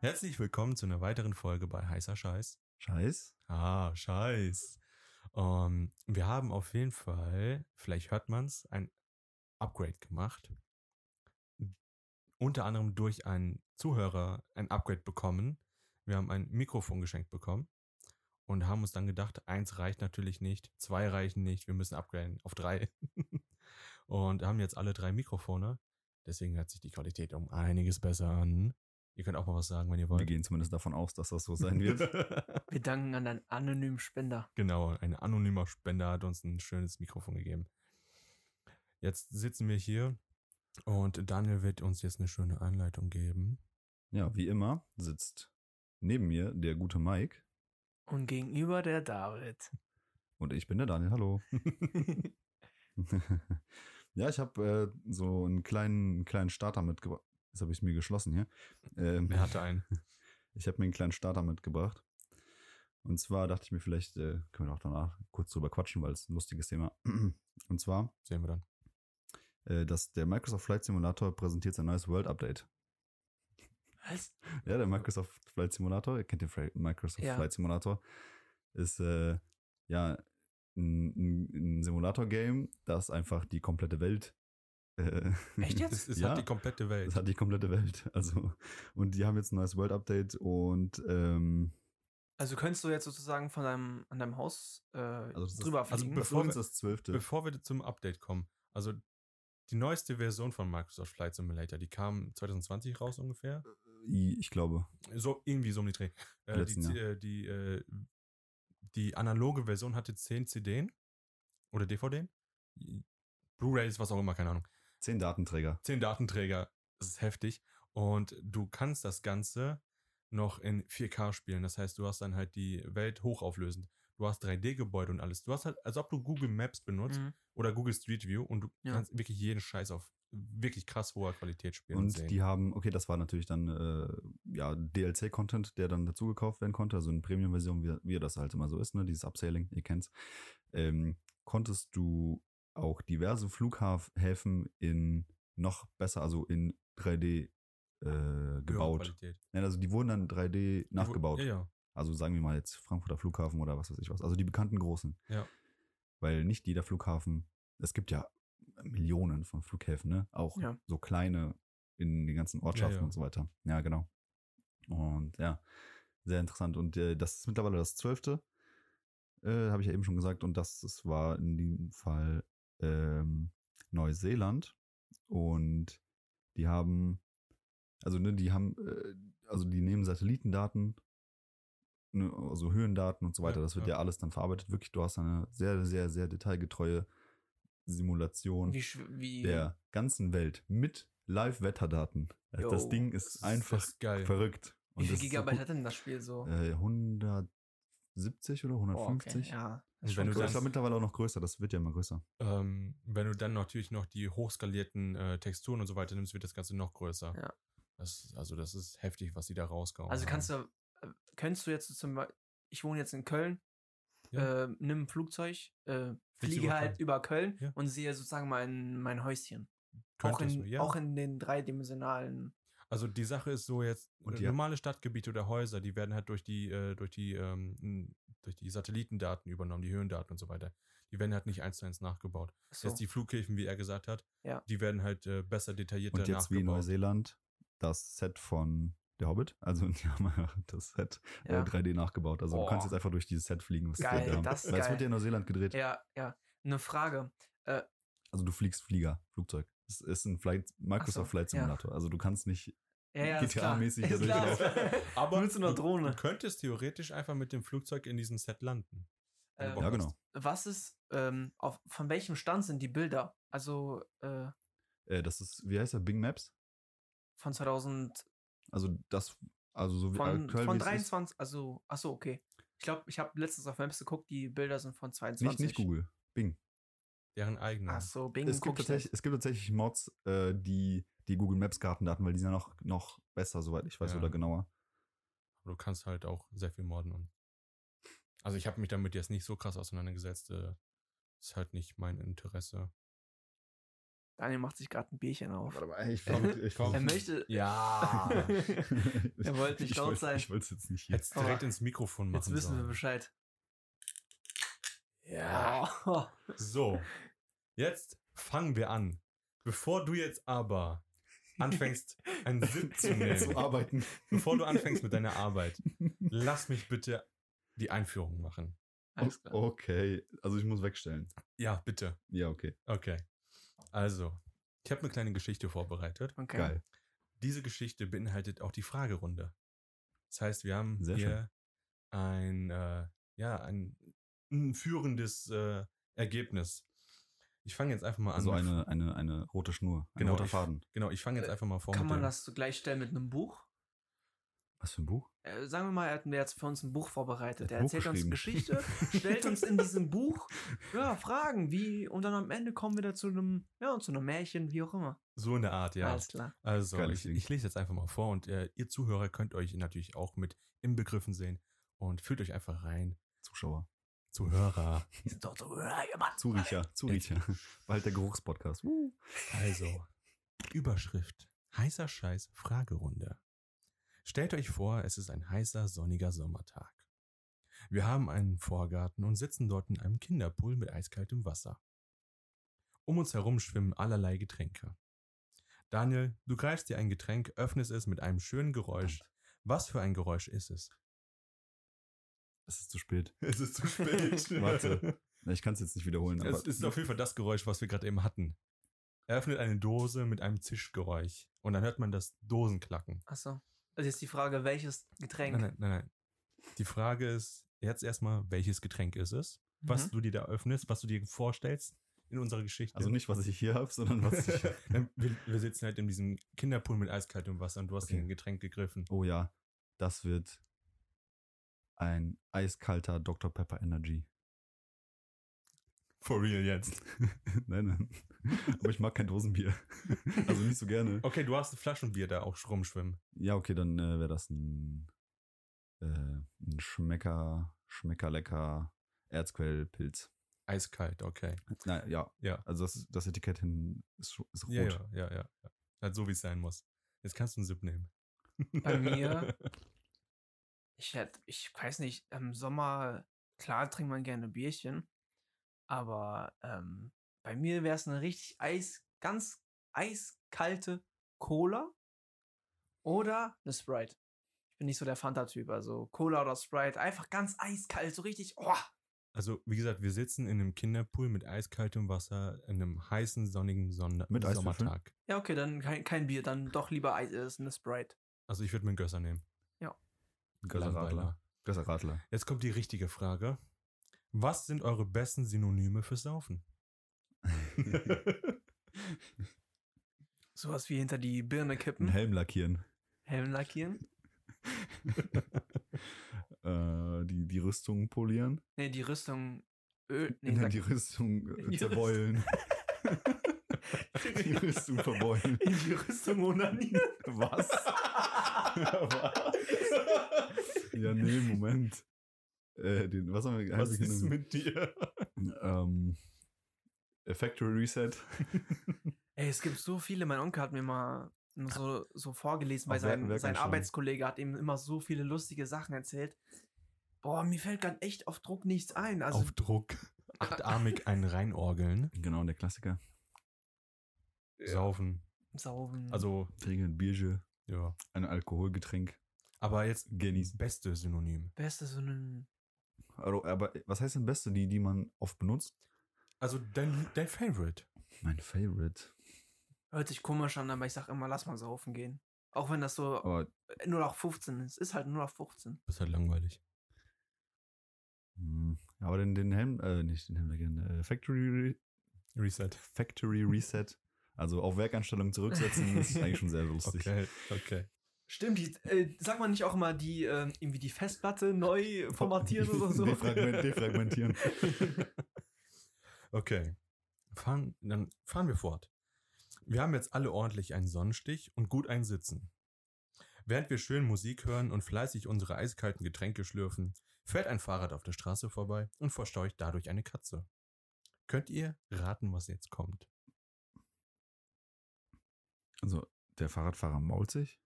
Herzlich willkommen zu einer weiteren Folge bei Heißer Scheiß. Scheiß. Ah, Scheiß. Ähm, wir haben auf jeden Fall, vielleicht hört man es, ein Upgrade gemacht. Unter anderem durch einen Zuhörer ein Upgrade bekommen. Wir haben ein Mikrofon geschenkt bekommen und haben uns dann gedacht, eins reicht natürlich nicht, zwei reichen nicht, wir müssen upgraden auf drei. und haben jetzt alle drei Mikrofone. Deswegen hört sich die Qualität um einiges besser an. Ihr könnt auch mal was sagen, wenn ihr Wir wollt. gehen zumindest davon aus, dass das so sein wird. Wir danken an einen anonymen Spender. Genau, ein anonymer Spender hat uns ein schönes Mikrofon gegeben. Jetzt sitzen wir hier und Daniel wird uns jetzt eine schöne Anleitung geben. ja, wie immer sitzt neben mir der gute Mike Und gegenüber der David. und ich bin der Daniel. Hallo. ja, ich habe äh, so einen kleinen, einen kleinen Starter mitgebracht. Jetzt habe ich es mir geschlossen hier. Ähm, Er hatte einen. Ich habe mir einen kleinen Starter mitgebracht. Und zwar dachte ich mir, vielleicht äh, können wir auch danach kurz drüber quatschen, weil es ein lustiges Thema. Und zwar, Sehen wir dann. äh, dass der Microsoft Flight Simulator präsentiert sein neues World Update. Was? Ja, der Microsoft Flight Simulator, ihr kennt den Fre- Microsoft Ja. Flight Simulator, ist äh, ja ein, ein ein Simulator-Game, das einfach die komplette Welt. Äh, Echt jetzt? Es, es Ja. hat die komplette Welt. das hat die komplette Welt. Also, und die haben jetzt ein neues World-Update und ähm, Also könntest du jetzt sozusagen von deinem, an deinem Haus äh, das ist- drüber also fliegen? bef- bevor uns das zwölfte. Bevor wir zum Update kommen, also die neueste Version von Microsoft Flight Simulator, die kam 2020 raus ungefähr. Ich glaube. So irgendwie so um die Dreh. Äh, die, Letzten C- äh, die, äh, die analoge Version hatte 10 CDn oder DVDn. Blu-rays, was auch immer, keine Ahnung. Zehn Datenträger. zehn Datenträger. Das ist heftig. Und du kannst das Ganze noch in 4K spielen. Das heißt, du hast dann halt die Welt hochauflösend. Du hast 3D-Gebäude und alles. Du hast halt, als ob du Google Maps benutzt Mhm. oder Google Street View und du Ja. kannst wirklich jeden Scheiß auf wirklich krass hoher Qualität spielen. Und sehen. die haben, okay, das war natürlich dann äh, ja, DLC-Content, der dann dazu gekauft werden konnte, also in Premium-Version, wie, wie das halt immer so ist, ne? Dieses Upselling, ihr kennt's. Ähm, konntest du auch diverse Flughäfen in noch besser, also in 3D äh, Höhere gebaut. Qualität. Ja, also die wurden dann 3D Die wo- nachgebaut. Ja, ja. Also sagen wir mal jetzt Frankfurter Flughafen oder was weiß ich was. Also die bekannten großen. Ja. Weil nicht jeder Flughafen, es gibt ja Millionen von Flughäfen, ne? Auch Ja. so kleine in den ganzen Ortschaften Ja, ja. und so weiter. Ja, genau. Und ja, sehr interessant. Und äh, das ist mittlerweile das zwölfte, äh, habe ich ja eben schon gesagt. Und das, das war in dem Fall ähm, Neuseeland. Und die haben, also ne, die haben, äh, also die nehmen Satellitendaten, ne, also Höhendaten und so weiter. Ja, das wird ja. ja. alles dann verarbeitet. Wirklich, du hast eine sehr, sehr, sehr detailgetreue Simulation Wie, schw- wie der ganzen Welt mit Live-Wetterdaten. Also Das Yo, Ding Das ist ist- einfach das ist geil. verrückt. Und wie viel das ist so Gigabyte gut. hat denn das Spiel so? Äh, 170 oder Boah, 150? Und Ja, das ist wenn schon du Das krass. ist ja mittlerweile auch noch größer, das wird ja immer größer. Ähm, wenn du dann natürlich noch die hochskalierten äh, Texturen und so weiter nimmst, wird das Ganze noch größer. Ja. Das, also das ist heftig, was die da rausgehauen also kannst haben. du, äh, könntest du jetzt so zum Beispiel, ich wohne jetzt in Köln, Ja. äh, nimm ein Flugzeug, äh, Fliegst fliege über halt Köln. über Köln Ja. und sehe sozusagen mein, mein Häuschen. Auch Könntest in, du, ja. auch in den dreidimensionalen. Also die Sache ist so jetzt, Und äh, die- normale Stadtgebiete oder Häuser, die werden halt durch die, äh, durch die, ähm, n- durch die Satellitendaten übernommen, die Höhendaten und so weiter. Die werden halt nicht eins zu eins nachgebaut. So. Das heißt, die Flughäfen, wie er gesagt hat, Ja. die werden halt äh, besser detaillierter Und jetzt wie in nachgebaut. Neuseeland das Set von Der Hobbit. Also die haben ja das Set Ja. äh, 3D nachgebaut. Also Boah. du kannst jetzt einfach durch dieses Set fliegen. Was die Geil, da haben. das ist Weil es geil. wird ja in Neuseeland gedreht. Ja, ja. Eine Frage. Also du fliegst Flieger, Flugzeug. Es ist ein Flight, Microsoft Ach so, Flight ja. Simulator. Also du kannst nicht Ja, ja, ist klar. GTA-mäßig Ist dadurch klar. Aber Nur zu einer Drohne. du könntest theoretisch einfach mit dem Flugzeug in diesem Set landen. Wenn du Ähm, Bock Ja, hast. genau. Was ist, ähm, auf, von welchem Stand sind die Bilder? Also äh, Äh, das ist, wie heißt der, Bing Maps? von 2000, Also das, also so wie von, aktuell von wie es ist. 23, also, achso, okay. Ich glaube, ich habe letztens auf Maps geguckt, die Bilder sind von 22. Nicht, nicht Google, Bing. Deren eigenen. Achso, Bing Es gibt, guck ich nicht. tatsächlich, es gibt tatsächlich Mods, äh, die die Google Maps Kartendaten, weil die sind ja noch, noch besser, soweit ich weiß, Ja. oder genauer. Aber Du kannst halt auch sehr viel morden. Und also ich habe mich damit jetzt nicht so krass auseinandergesetzt. Äh, ist halt nicht mein Interesse. Daniel macht sich gerade ein Bierchen auf. Warte mal, ich komm, ich komm. Äh, Er möchte. Ja. er wollte nicht laut sein. Ich wollte es jetzt nicht hier. Jetzt direkt ins Mikrofon machen. Jetzt wissen wir sollen. Bescheid. Oh, Ja. So, jetzt fangen wir an. Bevor du jetzt aber anfängst, einen Sip zu Zu nehmen, arbeiten. bevor du anfängst mit deiner Arbeit, lass mich bitte die Einführung machen. Alles klar. Okay, also ich muss wegstellen. Ja, bitte. Ja, okay. Okay. Also, ich habe eine kleine Geschichte vorbereitet. Okay. oh, Geil. Diese Geschichte beinhaltet auch die Fragerunde. Das heißt, wir haben Sehr hier ein, äh, ja, ein, ein führendes äh, Ergebnis. Ich fange jetzt einfach mal an. Also mit- eine, eine, eine rote Schnur, ein Genau, roter ich- Faden. Genau, ich fange jetzt einfach mal vor. Äh, Kann mit man dem- das so gleichstellen mit einem Buch? Was für ein Buch? Äh, sagen wir mal, er hat mir jetzt für uns ein Buch vorbereitet. Er hat Er ein Buch erzählt uns Geschichte, stellt uns in diesem Buch ja, Fragen, wie, und dann am Ende kommen wir da zu einem, ja, zu einem Märchen, wie auch immer. So in der Art, ja. Alles klar. Also, Geiles ich, Ding. ich lese jetzt einfach mal vor und äh, ihr Zuhörer könnt euch natürlich auch mit im Begriffen sehen und fühlt euch einfach rein. Zuschauer. Zuhörer. Die sind doch so, ja, ihr Mann. Zuriecher, Zuriecher. Bald der Geruchspodcast. Uh. Also, Überschrift. Heißer Scheiß Fragerunde. Stellt euch vor, es ist ein heißer, sonniger Sommertag. Wir haben einen Vorgarten und sitzen dort in einem Kinderpool mit eiskaltem Wasser. Um uns herum schwimmen allerlei Getränke. Daniel, du greifst dir ein Getränk, öffnest es mit einem schönen Geräusch. Was für ein Geräusch ist es? Es ist zu spät. Es ist zu spät. Warte. Na, Ich kann es jetzt nicht wiederholen, aber Es ist auf jeden Fall das Geräusch, was wir gerade eben hatten. Er öffnet eine Dose mit einem Zischgeräusch und dann hört man das Dosenklacken. Achso. Also jetzt die Frage, welches Getränk? Nein, nein, nein, nein. Die Frage ist jetzt erstmal, welches Getränk ist es? Was Mhm. du dir da öffnest, was du dir vorstellst in unserer Geschichte. also nicht, was ich hier habe, sondern was ich. wir, wir sitzen halt in diesem Kinderpool mit eiskaltem Wasser und du hast Okay. dir ein Getränk gegriffen. Oh ja, das wird ein eiskalter Dr. Pepper Energy. For real jetzt. nein, nein. Aber ich mag kein Dosenbier. Also nicht so gerne. Okay, du hast ein Flaschenbier da auch rumschwimmen. Ja, okay, dann äh, wäre das ein, äh, ein Schmecker, Schmeckerlecker Erzquellpilz. Eiskalt, okay. Na, ja. Ja. Also das, das Etikett hin ist, sch- ist rot. Ja, ja, ja, ja. ja. Halt so, wie es sein muss. Jetzt kannst du einen Sip nehmen. Bei mir, ich hätte, ich weiß nicht, im Sommer, klar trinkt man gerne Bierchen, aber ähm, bei mir wäre es eine richtig eis, ganz eiskalte Cola oder eine Sprite. Ich bin nicht so der Fanta-Typ, also Cola oder Sprite, einfach ganz eiskalt, so richtig, oh, Also, wie gesagt, wir sitzen in einem Kinderpool mit eiskaltem Wasser, in einem heißen, sonnigen Sonder Mit Eiswürfeln? Sommertag. ja okay, dann kein, kein Bier, dann doch lieber Eis, äh, ist eine Sprite. Also, ich würde mir einen Gösser nehmen. Gösser ne? Radler. Langweiler. Gösser Radler. Jetzt kommt die richtige Frage. Was sind eure besten Synonyme für Saufen? Sowas wie hinter die Birne Einen kippen, Helm lackieren. Helm lackieren. äh, die, die Rüstung polieren. Nee, Ne, die Rüstung. Öl. Nee, Nein, sag, die Rüstung äh, Die zerbeulen. die Rüstung verbeulen. in die Rüstung onanieren. Was? Was? ja, nee, Moment. Äh, den, was haben wir Was hatte ich ist in mit dir? einem- ähm, äh, Factory Reset. Ey, es gibt so viele. Mein Onkel hat mir mal so, so vorgelesen, weil Auf Wer- sein, Werken sein schon. Arbeitskollege hat ihm immer so viele lustige Sachen erzählt. Boah, mir fällt gerade echt auf Druck nichts ein. Also, Auf Druck. Achtarmig einen reinorgeln. Genau, der Klassiker. Saufen. saufen. Also, Trinken ein Bierchen, ja. ein Alkoholgetränk Aber jetzt genießen. beste Synonym. Beste so ein. Also, aber was heißt denn beste, die, die man oft benutzt? Also, dein, dein Favorite. Mein Favorite. Hört sich komisch an, aber ich sag immer, lass mal saufen gehen. Auch wenn das so Aber äh, nur nach 15 ist. Ist halt nur nach 15. Ist halt langweilig. Hm, Aber den, den Helm, äh, nicht den Helm, den, äh, Factory, Re- Reset. Factory Reset, also auf Werkanstellung zurücksetzen, ist eigentlich schon sehr lustig. Okay, okay. Stimmt, die, äh, sagt man nicht auch immer die, äh, irgendwie die Festplatte neu formatieren oder so? Defragment, defragmentieren. Okay. Fahren, dann fahren wir fort. Wir haben jetzt alle ordentlich einen Sonnenstich und gut ein Sitzen. Während wir schön Musik hören und fleißig unsere eiskalten Getränke schlürfen, fährt ein Fahrrad auf der Straße vorbei und verscheucht dadurch eine Katze. Könnt ihr raten, was jetzt kommt? Also, der Fahrradfahrer mault sich?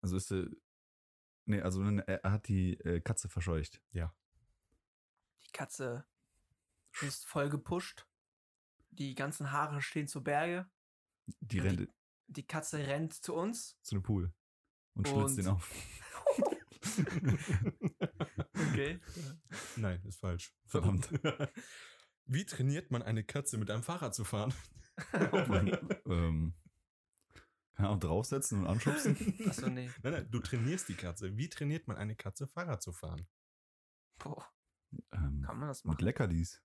Also ist der. Nee, also er er hat die äh, Katze verscheucht. Die Katze ist voll gepusht. Die ganzen Haare stehen zu Berge. Die Und rennt Die Katze rennt zu uns. zu einem Pool und schlitzt Und- ihn auf. Okay. Nein, ist falsch. Verdammt. Wie trainiert man eine Katze mit einem Fahrrad zu fahren? Oh ähm, keine Ahnung, draufsetzen und anschubsen. Achso, nee. Nein, nein, du trainierst die Katze. Wie trainiert man eine Katze, Fahrrad zu fahren? Boah, Ähm, kann man das mit machen? Leckerlis.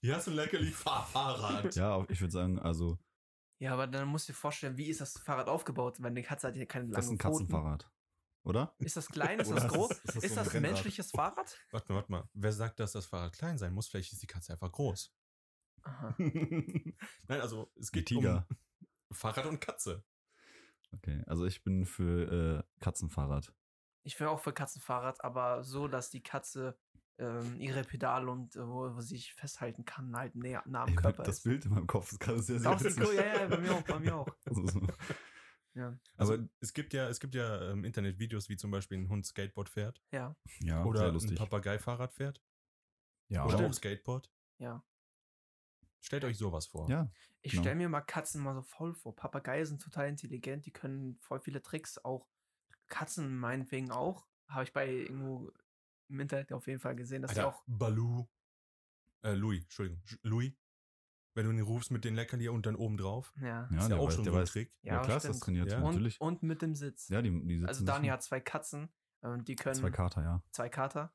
Hier hast du ein Leckerli, fahr Fahrrad. Ja, ich würde sagen, also, Ja, aber dann musst du dir vorstellen, wie ist das Fahrrad aufgebaut? Weil eine Katze hat ja keine langen das ist ein Pfoten. Katzenfahrrad. Oder? Ist das klein? Ist Oder das groß? Ist das, Ist so ein das ein Rennrad? menschliches Fahrrad? Warte mal, warte mal. Wer sagt, dass das Fahrrad klein sein muss? Vielleicht ist die Katze einfach groß. Aha. Nein, also es Wie geht Tiger. um Fahrrad und Katze. Okay, also ich bin für äh, Katzenfahrrad. Ich wäre auch für Katzenfahrrad, aber so, dass die Katze ähm, ihre Pedale und äh, wo, wo sie sich festhalten kann, halt näher nah am Ey, Körper das ist. Bild in meinem Kopf ist gerade sehr, sehr Das ist witzig. cool, ja, ja, bei mir auch, bei mir auch. Also so. Ja, Also Aber- es gibt ja, es gibt ja im Internet Videos, wie zum Beispiel ein Hund Skateboard fährt ja. Ja, oder ein Papagei Fahrrad fährt ja. oder auch Stimmt. Skateboard. Ja. Stellt euch sowas vor. ja, Ich Genau. stelle mir mal Katzen mal so voll vor. Papageien sind total intelligent, die können voll viele Tricks auch. Katzen meinetwegen auch. Habe ich bei irgendwo im Internet auf jeden Fall gesehen, dass die Alter, auch. Baloo. Äh, Louis, Entschuldigung. Sch- Louis. Wenn du ihn rufst mit den Leckerli und dann oben drauf. Ja, Ja. ist ja der auch weiß- schon der so ein weiß- Trick. Ja, Ja, klar ist das stimmt. trainiert, Ja. natürlich. Und, und mit dem Sitz. ja, die, die sitzen also Dani sich- hat zwei Katzen, ähm, die können zwei zwei, Kater, ja. Kater.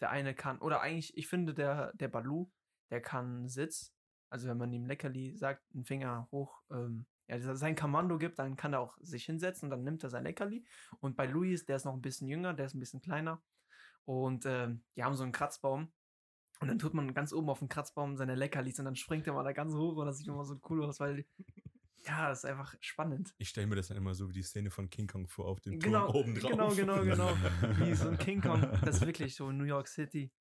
Der eine kann, oder eigentlich, ich finde, der, der Balu, der kann Sitz. Also wenn man ihm Leckerli sagt, einen Finger hoch, ähm, ja, das- sein Kommando gibt, dann kann er auch sich hinsetzen und dann nimmt er sein Leckerli. Und bei Luis, der ist noch ein bisschen jünger, der ist ein bisschen kleiner. Und ähm, die haben so einen Kratzbaum. Und dann tut man ganz oben auf den Kratzbaum seine Leckerlis und dann springt er mal da ganz hoch und das sieht immer so cool aus, weil ja, das ist einfach spannend. Ich stelle mir das dann immer so wie die Szene von King Kong vor auf dem Genau, Turm oben drauf. genau, genau, genau. Wie so ein King Kong. Das ist wirklich so New York City.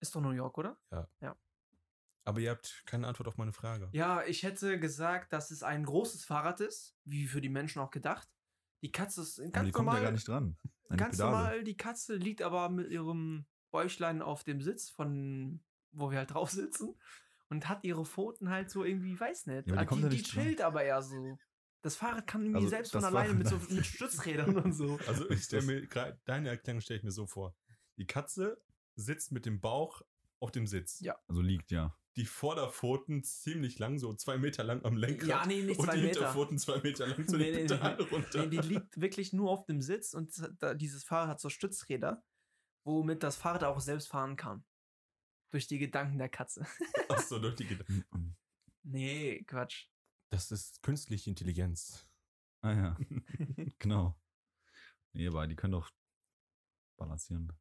Ist doch New York, oder? Aber ihr habt keine Antwort auf meine Frage. Ja, ich hätte gesagt, dass es ein großes Fahrrad ist, wie für die Menschen auch gedacht. Die Katze ist Aber ganz die kommt normal. ja gar nicht dran. An die ganz Pedale. normal, die Katze liegt aber mit ihrem Bäuchlein auf dem Sitz von wo wir halt drauf sitzen und hat ihre Pfoten halt so irgendwie, weiß nicht. Ja, aber die Ah, kommt die, ja die nicht dran. chillt aber eher so. Das Fahrrad kann irgendwie Also, selbst von das war- alleine mit, so, mit Stützrädern und so. Also ich Das- stell mir gerade deine Erklärung stelle ich mir so vor. Die Katze sitzt mit dem Bauch auf dem Sitz. Ja. Also liegt, ja. Die Vorderpfoten ziemlich lang, so zwei Meter lang am Lenkrad. Ja, nee, nicht und zwei die Meter. Hinterpfoten zwei Meter lang zu Nee, den nee, nee, Pedalen runter. Nee, die liegt wirklich nur auf dem Sitz und z- da, dieses Fahrrad hat so Stützräder, womit das Fahrrad auch selbst fahren kann. Durch die Gedanken der Katze. Achso, durch die Gedanken. Nee, Quatsch. Das ist künstliche Intelligenz. Ah ja, genau. Nee, aber die können doch balancieren.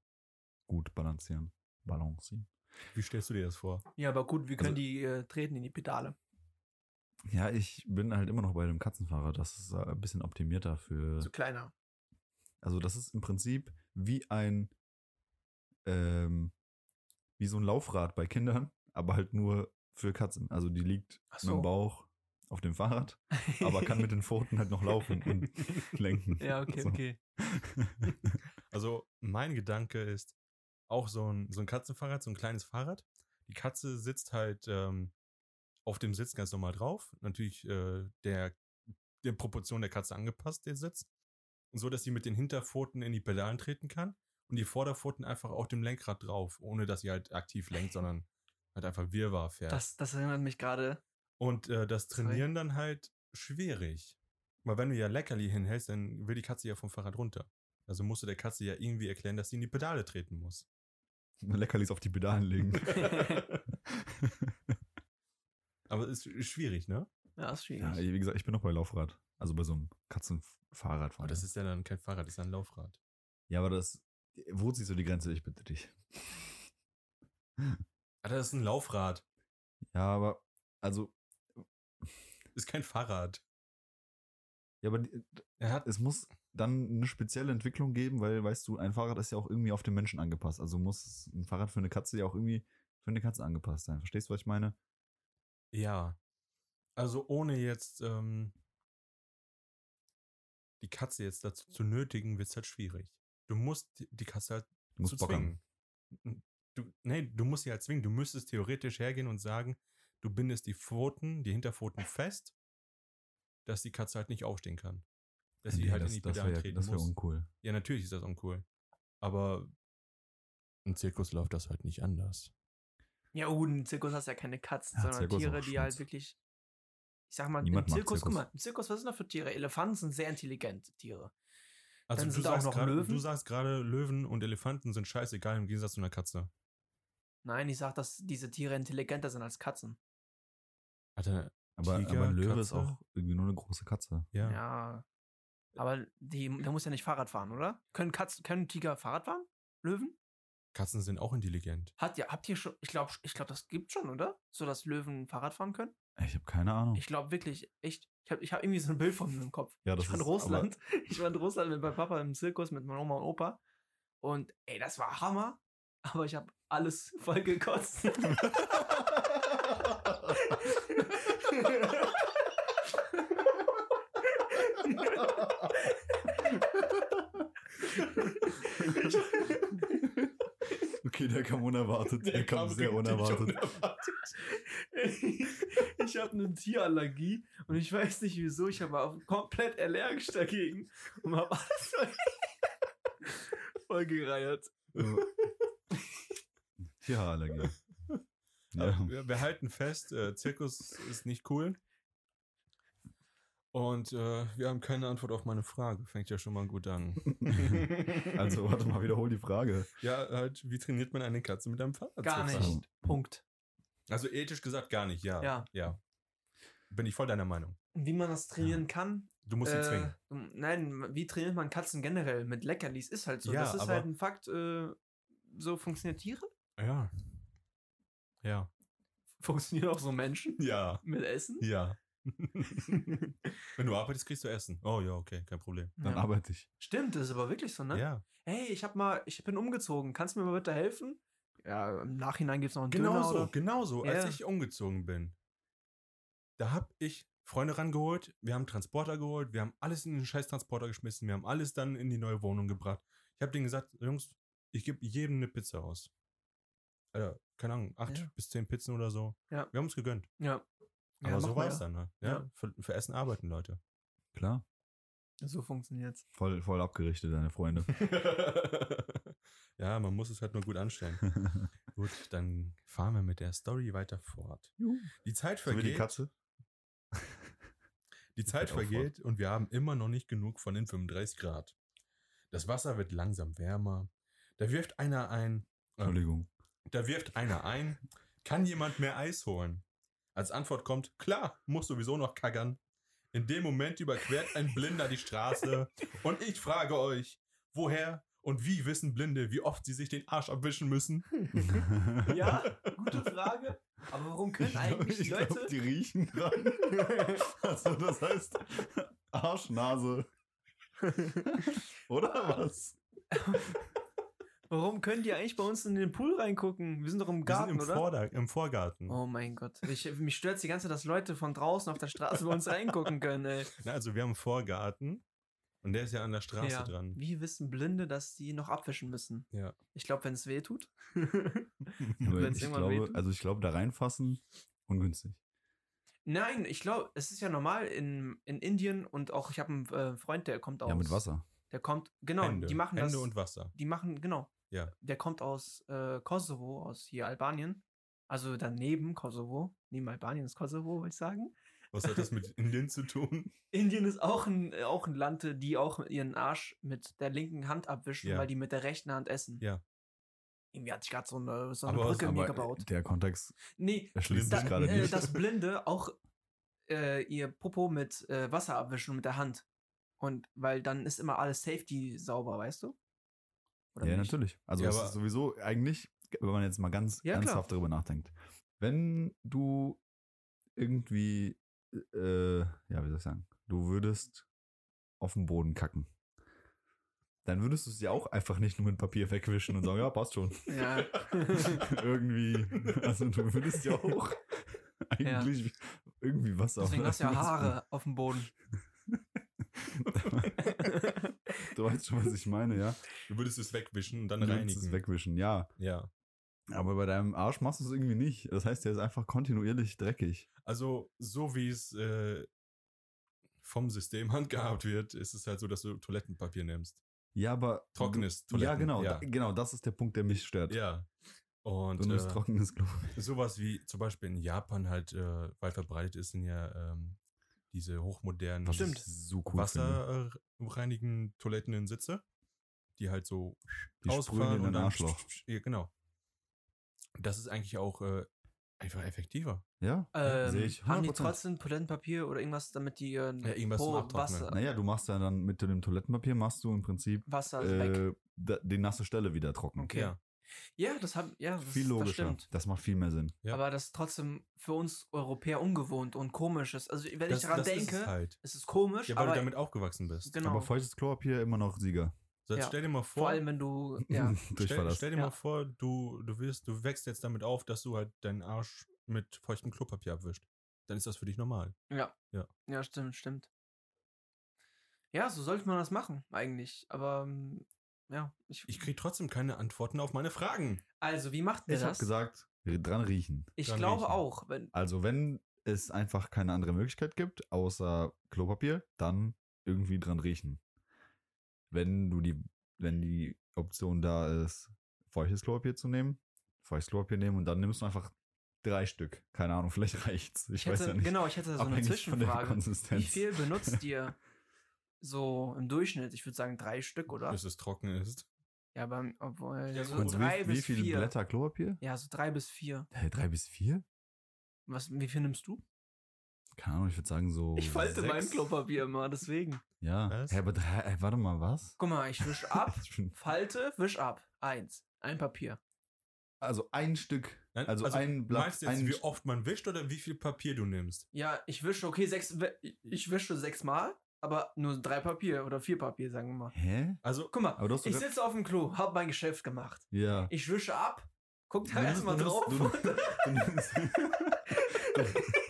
Gut balancieren. Balancieren. Wie stellst du dir das vor? Ja, aber gut, wir können Also- die äh, treten in die Pedale. Ja, ich bin halt immer noch bei dem Katzenfahrer. Das ist äh, ein bisschen optimierter für. So kleiner. Also, das ist im Prinzip wie ein. Ähm, wie so ein Laufrad bei Kindern, aber halt nur für Katzen. Also, die liegt Ach mit so. dem Bauch auf dem Fahrrad, aber kann mit den Pfoten halt noch laufen und lenken. Ja, okay, So. okay. Also, mein Gedanke ist, auch so ein, so ein Katzenfahrrad, so ein kleines Fahrrad. Die Katze sitzt halt ähm, auf dem Sitz ganz normal drauf. Natürlich äh, der, der Proportion der Katze angepasst, der Sitz. Und so, dass sie mit den Hinterpfoten in die Pedalen treten kann und die Vorderpfoten einfach auf dem Lenkrad drauf, ohne dass sie halt aktiv lenkt, sondern halt einfach Wirrwarr fährt. Das, das erinnert mich gerade. Und äh, das Sorry. Trainieren dann halt schwierig. Weil wenn du ja Leckerli hinhältst, dann will die Katze ja vom Fahrrad runter. Also musst du der Katze ja irgendwie erklären, dass sie in die Pedale treten muss. ne, Leckerlis auf die Pedalen legen. Aber es ist schwierig, ne? Ja, ist ja, schwierig. wie gesagt, ich bin noch bei Laufrad. Also bei so einem Katzenfahrrad. Aber das ist ja dann kein Fahrrad, das ist ja ein Laufrad. ja, aber das. Wo ziehst du die Grenze? Ich bitte dich. Ah, das ist ein Laufrad. Ja, aber. Also. Ist kein Fahrrad. Ja, aber die, Er hat es muss dann eine spezielle Entwicklung geben, weil, weißt du, ein Fahrrad ist ja auch irgendwie auf den Menschen angepasst. Also muss ein Fahrrad für eine Katze ja auch irgendwie für eine Katze angepasst sein. Verstehst du, was ich meine? ja. Also ohne jetzt ähm, die Katze jetzt dazu zu nötigen, wird es halt schwierig. Du musst die- die Katze halt Du musst zu Bock haben. zwingen. Du, nee, du musst sie halt zwingen. Du müsstest theoretisch hergehen und sagen, du bindest die Pfoten, die Hinterpfoten fest, dass die Katze halt nicht aufstehen kann. Dass sie Nee, halt das, in die das Pedale wäre treten das wär muss. uncool. Ja, natürlich ist das uncool. Aber im Zirkus läuft das halt nicht anders. Ja, gut, im Zirkus hast du ja keine Katzen, Ja, sondern Zirkus Tiere, auch die halt Schmutz. wirklich. Ich sag mal, Niemand im mag Zirkus, guck Zirkus. mal, im Zirkus, was sind da für Tiere? Elefanten sind sehr intelligente Tiere. Also Dann du sind da auch sagst, noch gerade, Löwen? du sagst gerade, Löwen und Elefanten sind scheißegal im Gegensatz zu einer Katze. Nein, ich sag, dass diese Tiere intelligenter sind als Katzen. Alter, Aber, Tiger, aber ein Löwe ist Katze. auch irgendwie nur eine große Katze. ja. Ja. Aber die, der muss ja nicht Fahrrad fahren, oder? Können Katzen, können Tiger Fahrrad fahren? Löwen? Katzen sind auch intelligent. Hat ja, habt ihr schon, ich glaube, ich glaub, das gibt schon, oder? So, dass Löwen Fahrrad fahren können? Ich habe keine Ahnung. Ich glaube wirklich, echt. Ich habe ich hab irgendwie so ein Bild von mir im Kopf. Hm. Ja, das ich fand ist- Russland. Ich fand Russland mit meinem Papa im Zirkus, mit meiner Oma und Opa. Und ey, das war Hammer. Aber ich habe alles voll gekotzt. okay, der kam unerwartet. Der, kam sehr unerwartet. ich habe eine Tierallergie und ich weiß nicht wieso. Ich war komplett allergisch dagegen und habe alles voll- voll gereiert. Tierhaarallergie. Aber Ja. Wir, wir halten fest, äh, Zirkus ist nicht cool. Und äh, wir haben keine Antwort auf meine Frage. Fängt ja schon mal gut an. Also, warte mal, wiederhol die Frage. Ja, halt, wie trainiert man eine Katze mit einem Fahrrad? Gar zu nicht. fahren? Punkt. Also ethisch gesagt gar nicht, ja. Ja. Ja. Bin ich voll deiner Meinung. Und Wie man das trainieren kann. Du musst Äh. sie zwingen. Nein, wie trainiert man Katzen generell? Mit Leckerlis ist halt so. Ja, das ist aber- halt ein Fakt. Äh, so funktionieren Tiere. Ja. Ja. Funktionieren auch so Menschen Ja. mit Essen. Ja. Wenn du arbeitest, kriegst du Essen. Oh ja, okay, kein Problem. Dann Ja. arbeite ich. Stimmt, das ist aber wirklich so, ne? Ja. Hey, ich hab mal, ich bin umgezogen. Kannst du mir mal bitte helfen? Ja, im Nachhinein gibt's noch einen Genau Döner. so, Oder? genau so. Ja. Als ich umgezogen bin, da hab ich Freunde rangeholt, wir haben Transporter geholt, wir haben alles in den scheiß Transporter geschmissen, wir haben alles dann in die neue Wohnung gebracht. Ich hab denen gesagt, Jungs, ich gebe jedem eine Pizza aus. Alter, keine Ahnung, acht Ja. bis zehn Pizzen oder so. Ja. Wir haben uns gegönnt. Ja. Aber ja, so mach war mal, es ja. dann. Ne? Ja, Ja. Für, für Essen arbeiten Leute. Klar. So funktioniert's. Voll, voll abgerichtet, deine Freunde. ja, man muss es halt nur gut anstellen. gut, dann fahren wir mit der Story weiter fort. Die Zeit So wie die vergeht. Katze. Die Zeit fällt auch vergeht und wir haben immer noch nicht genug von den 35 Grad. Das Wasser wird langsam wärmer. Da wirft einer ein. Äh, Entschuldigung. da wirft einer ein. Kann jemand mehr Eis holen? Als Antwort kommt, klar, muss sowieso noch kackern. In dem Moment überquert ein Blinder die Straße und ich frage euch, woher und wie wissen Blinde, wie oft sie sich den Arsch abwischen müssen? Ja, gute Frage. Aber warum können eigentlich ich Leute. glaub, die riechen dran. also das heißt Arschnase. Oder Ah. was? warum können die eigentlich bei uns in den Pool reingucken? Wir sind doch im Wir Garten, sind im, oder? Vorder im Vorgarten. Oh mein Gott. Ich, mich stört's die ganze Zeit, dass Leute von draußen auf der Straße bei uns reingucken können, ey. Na, also wir haben einen Vorgarten und der ist ja an der Straße Ja. Genau, dran. Wie wissen Blinde, dass die noch abwischen müssen? Ja. Ich glaube, wenn es weh tut. Aber Wenn's ich irgendwann glaube, wehtut. also ich glaube, da reinfassen, ungünstig. Nein, ich glaube, es ist ja normal in, in Indien und auch ich habe einen äh, Freund, der kommt aus. Ja, mit Wasser. Der kommt, genau, Hände, die machen Hände das. und Wasser. die machen, genau. Ja. Der kommt aus äh, Kosovo, aus hier Albanien. Also daneben Kosovo. Neben Albanien ist Kosovo, würde ich sagen. Was hat das mit Indien zu tun? Indien ist auch ein, äh, auch ein Land, äh, die auch ihren Arsch mit der linken Hand abwischen, Ja. weil die mit der rechten Hand essen. Ja. Irgendwie hatte ich gerade so eine, so eine Aber- äh, Brücke mir Aber gebaut. der Kontext Nee, erschließt da, sich gerade äh, nicht. dass Blinde auch äh, ihr Popo mit äh, Wasser abwischen mit der Hand. Und weil dann ist immer alles safety sauber, weißt du? Oder ja, nicht? natürlich. Also Ja, es aber- ist sowieso eigentlich, wenn man jetzt mal ganz Ja, klar. ernsthaft darüber nachdenkt, wenn du irgendwie, äh, ja, wie soll ich sagen, du würdest auf den Boden kacken, dann würdest du es ja auch einfach nicht nur mit Papier wegwischen und sagen, ja, passt schon. Ja. irgendwie, also du würdest ja auch eigentlich Irgendwie was auch. Deswegen hast du ja Haare auf dem Boden. du weißt schon, was ich meine, ja? Du würdest es wegwischen und dann Du reinigen. willst es wegwischen, ja. Ja. Aber bei deinem Arsch machst du es irgendwie nicht. Das heißt, der ist einfach kontinuierlich dreckig. Also, so wie es äh, vom System handgehabt wird, ist es halt so, dass du Toilettenpapier nimmst. Ja, aber. Trockenes Toiletten. Ja, Toiletten. genau. Ja. Da, genau, das ist der Punkt, der mich stört. ja. Und du nimmst äh, trockenes Klo. sowas wie zum Beispiel in Japan halt äh, weit verbreitet ist, sind ja ähm, diese hochmodernen Was ich So cool finde. wasserreinigen toilettenden Sitze, die halt so Die ausfahren sprühen in und dein dann Arschloch. Ja, genau. Das ist eigentlich auch äh, einfach effektiver. Ja, Ähm, sehe ich. haben die 100%. trotzdem Toilettenpapier oder irgendwas, damit die ihren Ja, irgendwas zum Abtrocknen. Wasser, Naja, du machst ja dann mit dem Toilettenpapier, machst du im Prinzip Wasser weg. äh, da, die nasse Stelle wieder trocken. Okay. Ja. Ja, das haben ja, das, Viel logischer. das Das, stimmt. macht viel mehr Sinn. Ja. Aber das ist trotzdem für uns Europäer ungewohnt und komisch ist. Also wenn ich daran denke, ist es es, halt. ist komisch, Ja, weil aber du damit aufgewachsen bist. genau. Aber feuchtes Klopapier immer noch Sieger. So, jetzt Ja. stell dir mal vor vor, allem wenn du ja, stell, Durchfall stell dir Ja. mal vor, du, du wirst, du wächst jetzt damit auf, dass du halt deinen Arsch mit feuchtem Klopapier abwischt. Dann ist das für dich normal. ja. Ja. Ja, stimmt, stimmt. Ja, so sollte man das machen eigentlich, aber ähm, ja, ich, Ich kriege trotzdem keine Antworten auf meine Fragen. also wie macht ihr Ich habe das? gesagt, dran riechen. ich dran glaube riechen. auch, wenn Also wenn es einfach keine andere Möglichkeit gibt, außer Klopapier, dann irgendwie dran riechen. Wenn du die, wenn die Option da ist, feuchtes Klopapier zu nehmen, feuchtes Klopapier nehmen und dann nimmst du einfach drei Stück. Keine Ahnung, vielleicht reicht's. Ich, ich weiß hätte ja nicht. genau, ich hätte so eine Abhängig von der Zwischenfrage. Wie Konsistenz. viel benutzt ihr so im Durchschnitt? Ich würde sagen drei Stück, oder? Bis es trocken ist. Ja, beim, obwohl, Ja, so gut. Und drei wie, bis wie viele vier. Blätter Klopapier? Ja, so drei bis vier. Hä, drei bis vier? Was, wie viel nimmst du? Keine Ahnung, ich würde sagen so. ich falte Oh, sechs. mein Klopapier immer, deswegen. Ja. Was? Hä, aber drei, ey, warte mal, was? Guck mal, ich wisch ab, Ich bin- falte, wisch ab. Eins. Ein Papier. Also ein Stück. Nein, Also ein Blatt, Meinst du jetzt, ein- wie oft man wischt oder wie viel Papier du nimmst? Ja, ich wische, okay, sechs, we- ich wische sechsmal, aber nur drei Papier oder vier Papier, sagen wir mal. Hä? Also, Guck mal, Aber du hast doch ich grad- sitze auf dem Klo, hab mein Geschäft gemacht. Ja. Ich wische ab, guck da Du erstmal nimmst- drauf. du nimmst- Du nimmst, du,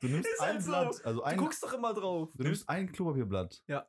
du nimmst Ist ein halt so. Blatt, also Du ein, guckst doch immer drauf. du nimmst ein Klopapierblatt. Ja.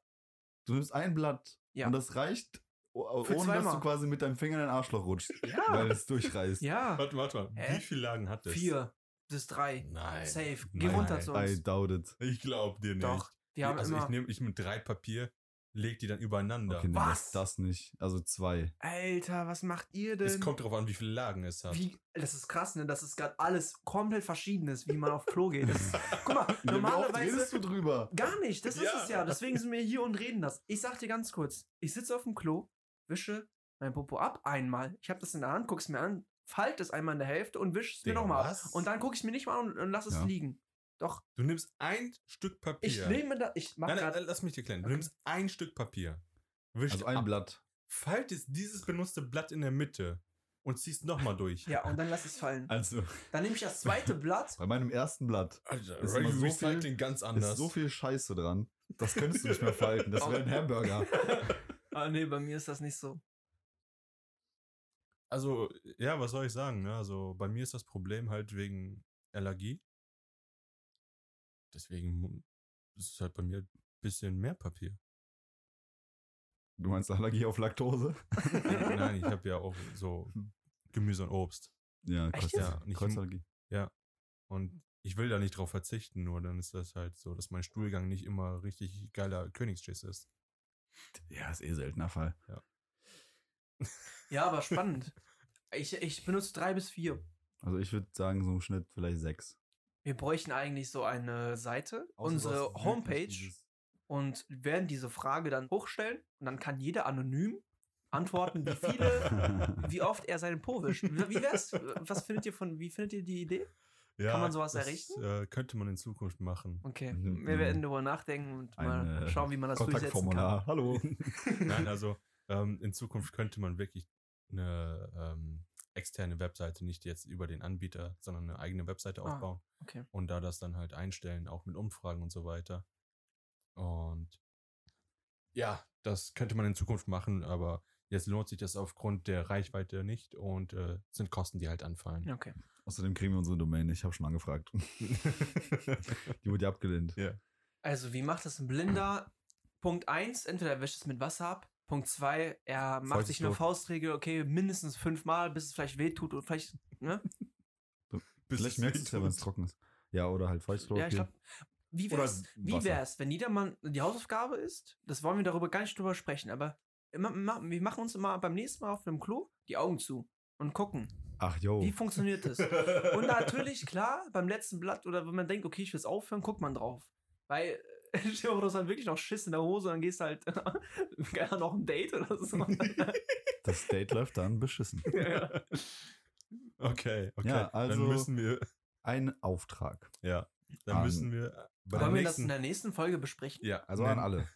Du nimmst ein Blatt Ja. und das reicht, o- Für ohne dass zweimal. du quasi mit deinem Finger in dein Arschloch rutschst, Ja, weil es durchreißt. ja. warte, warte mal. Ah. Hä? Wie viele Lagen hat das? Vier bis drei. Nein. Safe. Geh Nein. runter zu I uns. doubt it. Ich glaub dir nicht. Doch, wir haben also immer. ich nehme ich mit drei Papier, leg die dann übereinander. Okay, nee, das, Was? das nicht. Also zwei. Alter, was macht ihr denn? es kommt drauf an, wie viele Lagen es hat. wie, das ist krass, ne? Das ist gerade alles komplett verschieden ist, wie man auf Klo geht. Das ist, guck mal, Ja, Wie oft normalerweise redest du drüber? gar nicht. Das ist Ja. es ja. Deswegen sind wir hier und reden das. Ich sag dir ganz kurz: Ich sitze auf dem Klo, wische mein Popo ab einmal. Ich habe das in der Hand, guck's mir an, falte es einmal in der Hälfte und wisch es mir Digga, nochmal ab. was? Und dann gucke ich mir nicht mal an und, und lass es Ja. liegen. Doch, Du nimmst ein Stück Papier. ich nehme da, ich mach Nein, nein, gerade. lass mich dir klären. Du Okay. nimmst ein Stück Papier. Wischst Also ein ab, Blatt. faltest dieses benutzte Blatt in der Mitte und ziehst nochmal durch. Ja, und dann lass es fallen. Also Dann nehme ich das zweite Blatt. bei meinem ersten Blatt Alter, Ist Ray immer so viel- Recycling ganz anders. ist so viel Scheiße dran. Das könntest du nicht mehr falten. Das wäre ein Hamburger. Ah, nee, bei mir ist das nicht so. Also, ja, was soll ich sagen? Ne? Also, bei mir ist das Problem halt wegen Allergie. Deswegen mu- ist es halt bei mir ein bisschen mehr Papier. Du meinst Allergie auf Laktose? Nein, ich habe ja auch so Gemüse und Obst. Ja, Echt Kreuz, jetzt? ja Nicht- Kreuzallergie. Und ich will da nicht drauf verzichten, nur dann ist das halt so, dass mein Stuhlgang nicht immer richtig geiler Königsschiss ist. Ja, ist eh seltener Fall. Ja, aber spannend. Ich, ich benutze drei bis vier. Also ich würde sagen, so im Schnitt vielleicht sechs. Wir bräuchten eigentlich so eine Seite, Außer du unsere hast wirklich Homepage dieses- und werden diese Frage dann hochstellen und dann kann jeder anonym antworten, wie viele, wie oft er seinen Po wischt. Wie wär's? Was findet ihr von, wie findet ihr die Idee? Ja, man sowas das, errichten? Äh, könnte man in Zukunft machen. Okay, Mhm. wir werden darüber nachdenken und mal Ein, äh, schauen, wie man das durchsetzen kann. Kontaktformular. Hallo. Nein, also ähm, in Zukunft könnte man wirklich eine ähm, externe Webseite, nicht jetzt über den Anbieter, sondern eine eigene Webseite Ah, aufbauen okay. und da das dann halt einstellen, auch mit Umfragen und so weiter. Und ja, das könnte man in Zukunft machen, aber Jetzt lohnt sich das aufgrund der Reichweite nicht und äh, sind Kosten, die halt anfallen. Okay. Außerdem kriegen wir unsere Domain. Ich habe schon angefragt. Die wurde ja abgelehnt. ja. Also, wie macht das ein Blinder? Punkt 1, entweder er wäscht es mit Wasser ab. Punkt 2, er macht sich eine Vollstoff. Faustregel, okay, mindestens fünfmal, bis es vielleicht wehtut und vielleicht, ne? Vielleicht merkst du es ja, wenn es trocken ist. Ja, oder halt Feuchtloch. Ja, ich glaube. Wie Oder wär's, wie Wasser. wär's, wenn Niedermann die Hausaufgabe ist? Das wollen wir darüber gar nicht drüber sprechen, aber immer, ma- wir machen uns immer beim nächsten Mal auf dem Klo die Augen zu und gucken, Ach, yo. wie funktioniert das? Und natürlich, klar, beim letzten Blatt oder wenn man denkt, okay, ich will's aufhören, guckt man drauf. Weil, äh, stell dir vor, du hast dann wirklich noch Schiss in der Hose und dann gehst halt, keine Ahnung, noch ein Date oder so. Das Date läuft dann beschissen. Okay, okay. Ja, also- dann müssen wir, Ein Auftrag. ja, dann An- müssen wir bei der Wollen wir das in nächsten, der nächsten Folge besprechen? ja, Also an nein, alle.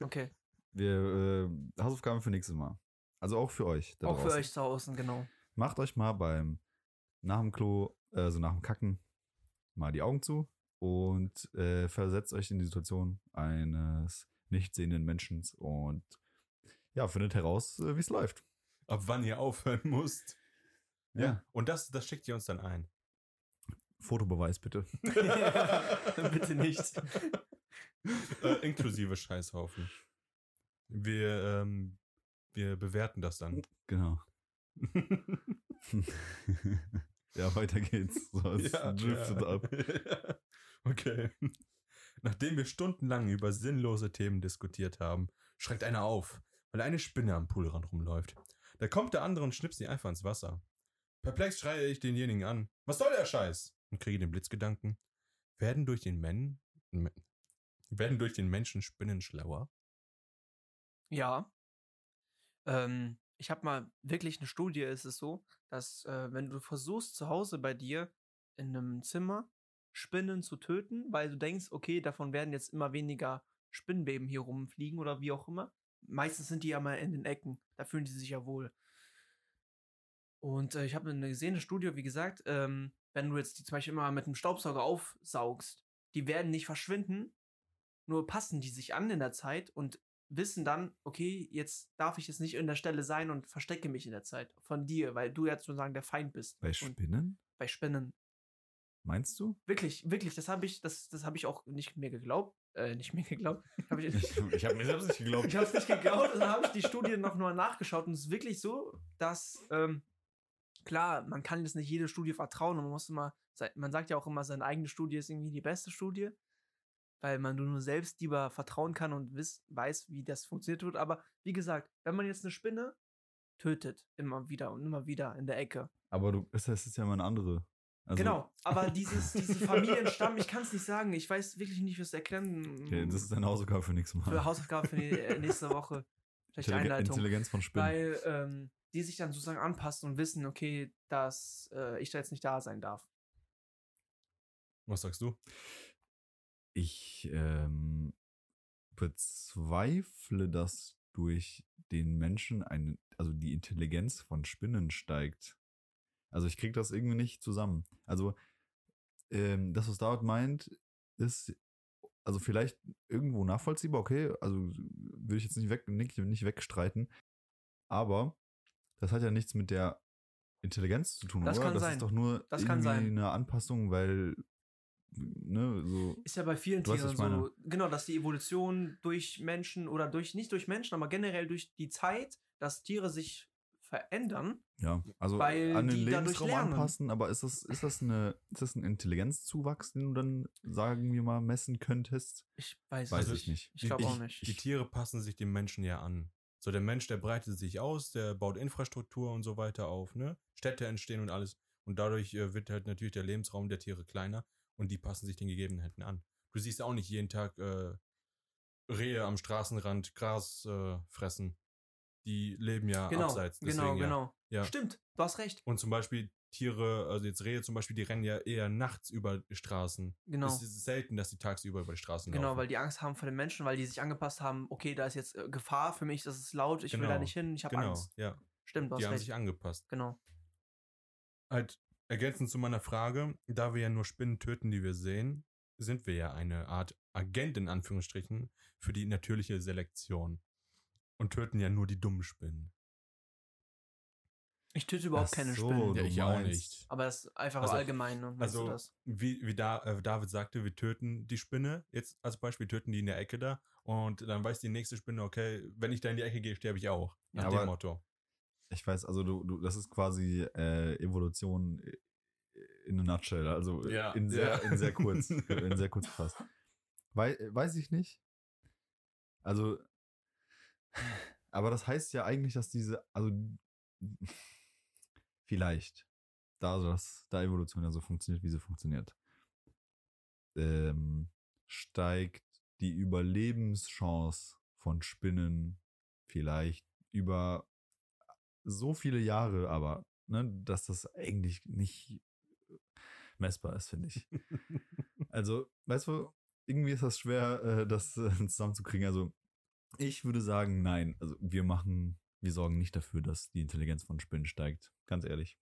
Okay, Wir äh, Hausaufgaben für nächstes Mal. Also auch für euch. da auch für draußen. euch zu Hause, genau. Macht euch mal beim nach dem Klo, also nach dem Kacken, mal die Augen zu und äh, versetzt euch in die Situation eines nicht sehenden Menschen und ja, findet heraus, äh, wie es läuft. ab wann ihr aufhören müsst. Ja. Und das, das schickt ihr uns dann ein. Fotobeweis bitte. Bitte nicht. äh, inklusive Scheißhaufen. Wir, ähm, wir bewerten das dann. Genau. ja, weiter geht's. So, es driftet ab. ab. okay. Nachdem wir stundenlang über sinnlose Themen diskutiert haben, schreckt einer auf, weil eine Spinne am Poolrand rumläuft. Da kommt der andere und schnipst sie einfach ins Wasser. Perplex schreie ich denjenigen an. Was soll der Scheiß? Und kriege den Blitzgedanken. Werden durch den Men Me- werden durch den Menschen Spinnen schlauer? Ja. Ähm, ich habe mal wirklich eine Studie, ist es so, dass äh, wenn du versuchst zu Hause bei dir in einem Zimmer Spinnen zu töten, weil du denkst, okay, davon werden jetzt immer weniger Spinnenbeben hier rumfliegen oder wie auch immer. Meistens sind die ja mal in den Ecken, da fühlen die sich ja wohl. Und äh, ich habe eine gesehen, eine Studie, wie gesagt, ähm, wenn du jetzt die zum Beispiel immer mit einem Staubsauger aufsaugst, die werden nicht verschwinden, nur passen die sich an in der Zeit und wissen dann, okay, jetzt darf ich jetzt nicht in der Stelle sein und verstecke mich in der Zeit von dir, weil du ja sozusagen der Feind bist. Bei und Spinnen? bei Spinnen. Meinst du? Wirklich, wirklich, das habe ich, das, das habe ich auch nicht mir geglaubt. Äh, nicht mir geglaubt. Hab ich ich habe mir selbst nicht geglaubt. habe es nicht geglaubt und dann habe ich die Studie noch mal nachgeschaut und es ist wirklich so, dass ähm, klar, man kann jetzt nicht jede Studie vertrauen und man muss immer, se- man sagt ja auch immer, seine eigene Studie ist irgendwie die beste Studie, weil man nur selbst lieber vertrauen kann und wiss, weiß, wie das funktioniert wird. Aber wie gesagt, wenn man jetzt eine Spinne tötet, immer wieder und immer wieder in der Ecke. Aber du, es es ist ja mal eine andere. Also, genau, aber dieses, dieses Familienstamm, ich kann es nicht sagen, ich weiß wirklich nicht, wie es erklären. Okay, das ist deine Hausaufgabe für nächstes Mal. für Hausaufgaben für die, äh, nächste Woche. Vielleicht Intelligen- Einleitung. Intelligenz von Spinnen. Weil ähm, die sich dann sozusagen anpassen und wissen, okay, dass äh, ich da jetzt nicht da sein darf. Was sagst du? Ich ähm, bezweifle, dass durch den Menschen eine, also die Intelligenz von Spinnen steigt. Also ich kriege das irgendwie nicht zusammen. Also ähm, das, was David meint, ist also vielleicht irgendwo nachvollziehbar, okay, also würde ich jetzt nicht, weg, nicht, nicht wegstreiten, aber das hat ja nichts mit der Intelligenz zu tun, Das oder? kann das sein. ist doch nur Das irgendwie kann sein. eine Anpassung, weil ne, so Ist ja bei vielen Du weißt, was Tieren ich so, genau, dass die Evolution durch Menschen oder durch, nicht durch Menschen, aber generell durch die Zeit, dass Tiere sich verändern. Ja, also Weil an den die dadurch Lebensraum lernen. anpassen, aber ist das, ist das eine, ist das ein Intelligenzzuwachs, den du dann, sagen wir mal, messen könntest? Ich weiß, Weiß es ich nicht. Ich glaube Ich- auch nicht. Die Tiere passen sich dem Menschen ja an. So, der Mensch, der breitet sich aus, der baut Infrastruktur und so weiter auf, ne? Städte entstehen und alles. Und dadurch äh, wird halt natürlich der Lebensraum der Tiere kleiner und die passen sich den Gegebenheiten an. Du siehst auch nicht jeden Tag äh, Rehe am Straßenrand Gras äh, fressen. Die leben ja genau, abseits. genau, deswegen ja. genau. Ja. Stimmt, du hast recht. Und zum Beispiel Tiere, also jetzt Rehe zum Beispiel, die rennen ja eher nachts über die Straßen. Genau. Es ist selten, dass die tagsüber über die Straßen Genau, laufen. weil die Angst haben vor den Menschen, weil die sich angepasst haben, okay, da ist jetzt äh, Gefahr für mich, das ist laut, ich will da Genau, nicht hin, ich habe genau, Angst. ja. Stimmt, du Die hast haben recht. sich angepasst. Genau. halt ergänzend zu meiner Frage, da wir ja nur Spinnen töten, die wir sehen, sind wir ja eine Art Agent in Anführungsstrichen für die natürliche Selektion und töten ja nur die dummen Spinnen. Ich töte überhaupt Ach keine so, Spinnen. Ja, du ich auch meinst- nicht. Aber das ist einfach Also- allgemein. Ne? Meinst also- du das? Wie, wie da, äh, David sagte, wir töten die Spinne. Jetzt als Beispiel töten die in der Ecke da. Und dann weiß die nächste Spinne, okay, wenn ich da in die Ecke gehe, sterbe ich auch. Nach Ja, dem aber- Motto. Ich weiß, also du, du das ist quasi äh, Evolution äh, in a nutshell, also äh, Ja, in, sehr, ja. in sehr kurz, in sehr kurz gefasst. Wei äh, weiß ich nicht. Also, aber das heißt ja eigentlich, dass diese, also vielleicht, da das, da Evolution ja so funktioniert, wie sie funktioniert, ähm, steigt die Überlebenschance von Spinnen vielleicht über so viele Jahre, aber ne, dass das eigentlich nicht messbar ist, finde ich. also, weißt du, irgendwie ist das schwer, äh, das äh, zusammenzukriegen. Also, ich würde sagen, nein. Also, wir machen, wir sorgen nicht dafür, dass die Intelligenz von Spinnen steigt. Ganz ehrlich.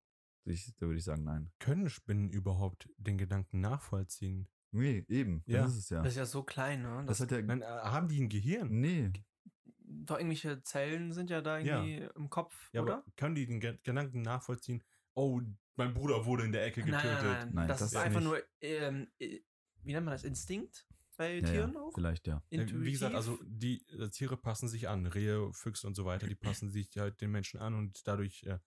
Ich, da würde ich sagen, nein. Können Spinnen überhaupt den Gedanken nachvollziehen? Nee, eben. Ja. Das ist es ja. Das ist ja so klein, ne? Das Das hat ja. Nein, äh, haben die ein Gehirn? Nee, doch irgendwelche Zellen sind ja da Ja. irgendwie im Kopf, Ja, oder? aber können die den Ge- Gedanken nachvollziehen? Oh, mein Bruder wurde in der Ecke getötet. Nein, das, das ist ist einfach nicht- nur, ähm, äh, wie nennt man das, Instinkt bei ja, Tieren ja, auch? vielleicht ja. Ja, Wie gesagt, Intuitiv? also die äh, Tiere passen sich an, Rehe, Füchse und so weiter, die passen sich halt den Menschen an und dadurch äh,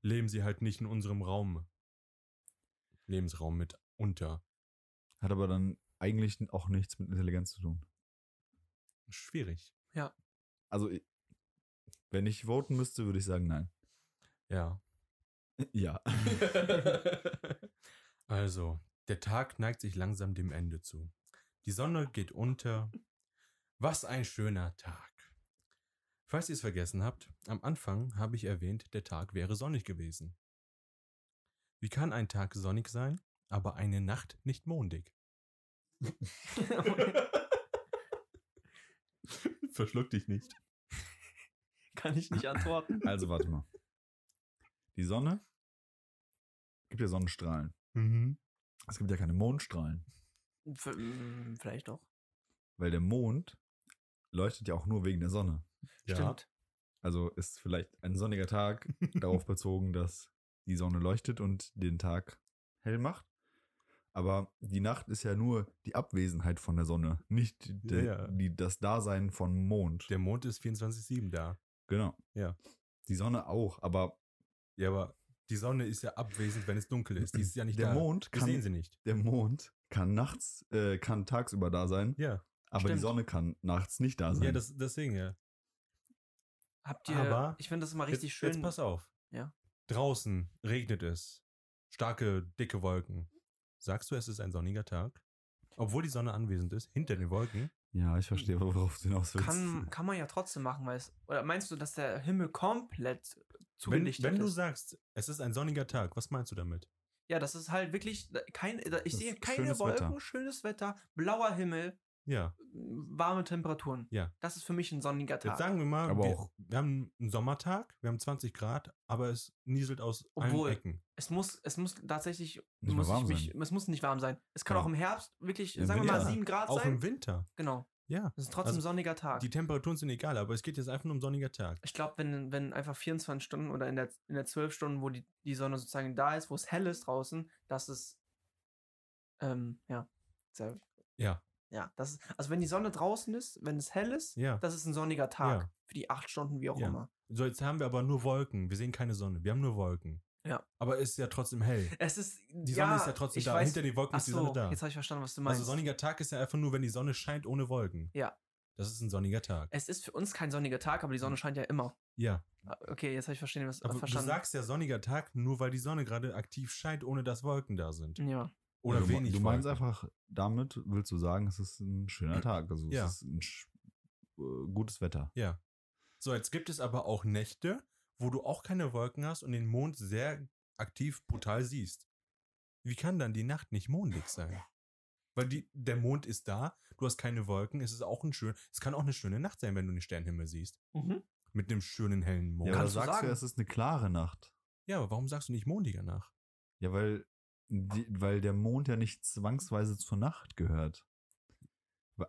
leben sie halt nicht in unserem Raum, Lebensraum mit unter. Hat aber dann eigentlich auch nichts mit Intelligenz zu tun. Schwierig. Also, ich- wenn ich voten müsste, würde ich sagen, nein. Ja. Ja. also, der Tag neigt sich langsam dem Ende zu. Die Sonne geht unter. Was ein schöner Tag. Falls ihr es vergessen habt, am Anfang habe ich erwähnt, der Tag wäre sonnig gewesen. Wie kann ein Tag sonnig sein, aber eine Nacht nicht mondig? Verschluck dich nicht. Kann ich nicht antworten. Also warte mal. Die Sonne gibt ja Sonnenstrahlen. Mhm. Es gibt ja keine Mondstrahlen, V- mm, Vielleicht doch. weil der Mond leuchtet ja auch nur wegen der Sonne. Ja. Stimmt. Also ist vielleicht ein sonniger Tag darauf bezogen, dass die Sonne leuchtet und den Tag hell macht. Aber die Nacht ist ja nur die Abwesenheit von der Sonne, nicht der, Ja, ja. Die, das Dasein von Mond. Der Mond ist 24-7 da. genau. Ja. Die Sonne auch, aber Ja, aber die Sonne ist ja abwesend, wenn es dunkel ist. Die ist ja nicht der da. Mond Wir kann sehen sie nicht. der Mond kann nachts, äh, kann tagsüber da sein, Ja, aber die stimmt. Sonne kann nachts nicht da sein. ja das, deswegen ja. Habt ihr, Aber- ich finde das immer richtig jetzt, schön. Jetzt pass auf. Ja. Draußen regnet es. Starke, dicke Wolken. Sagst du, es ist ein sonniger Tag? Obwohl die Sonne anwesend ist, hinter den Wolken. ja, ich verstehe, worauf du hinaus willst. kann, kann man ja trotzdem machen, weil es, oder meinst du, dass der Himmel komplett Wenn, zugelichtet wenn du ist? sagst, es ist ein sonniger Tag, was meinst du damit? Ja, das ist halt wirklich da- kein, da- ich Das sehe ist keine schönes Wolken, Wetter. schönes Wetter, blauer Himmel, mm, Ja. warme Temperaturen. Ja. Das ist für mich ein sonniger Tag. Jetzt sagen wir mal, Aber wir, auch- wir haben einen Sommertag, wir haben 20 Grad, aber es nieselt aus Obwohl- allen Ecken. es muss, es muss tatsächlich, Nicht mal muss warm ich mich, es muss nicht warm sein. Es kann Ja. auch im Herbst wirklich, Im sagen wir mal, Winter. 7 Grad Auch sein. im Winter. Genau. Ja. Es ist trotzdem Also, sonniger Tag. Die Temperaturen sind egal, aber es geht jetzt einfach nur um sonniger Tag. ich glaube, wenn, wenn einfach 24 Stunden oder in der, in der 12 Stunden, wo die, die Sonne sozusagen da ist, wo es hell ist draußen, das ist, ähm, ja, sehr, Ja. ja, das ist, also wenn die Sonne draußen ist, wenn es hell ist, Ja. das ist ein sonniger Tag. Ja. Für die 8 Stunden, wie auch Ja. immer. So, jetzt haben wir aber nur Wolken. Wir sehen keine Sonne. Wir haben nur Wolken. Ja. Aber es ist ja trotzdem hell. Es ist, Die ja, Sonne ist ja trotzdem ich da. Weiß, Hinter den Wolken ach ist die Sonne so, da. jetzt habe ich verstanden, was du meinst. Also sonniger Tag ist ja einfach nur, wenn die Sonne scheint ohne Wolken. Ja. Das ist ein sonniger Tag. es ist für uns kein sonniger Tag, aber die Sonne scheint ja immer. Ja. Ah, Okay, jetzt habe ich verstehen, was, Aber du verstanden. sagst ja sonniger Tag, nur weil die Sonne gerade aktiv scheint, ohne dass Wolken da sind. ja. Oder Ja, Also du, wenig Du meinst Wolken. einfach, damit willst du sagen, es ist ein schöner Hm. Tag. Also Ja. es ist ein sch- äh, gutes Wetter. Ja. So, jetzt gibt es aber auch Nächte, wo du auch keine Wolken hast und den Mond sehr aktiv brutal siehst. Wie kann dann die Nacht nicht mondig sein? Weil die, der Mond ist da, du hast keine Wolken, es ist auch ein schön, es kann auch eine schöne Nacht sein, wenn du den Sternenhimmel siehst. Mhm. Mit einem schönen hellen Mond. Ja, also aber da Kannst du sagst du, sagen. ja, es ist eine klare Nacht. Ja, aber warum sagst du nicht mondiger nach? Ja, weil, die, weil der Mond ja nicht zwangsweise zur Nacht gehört.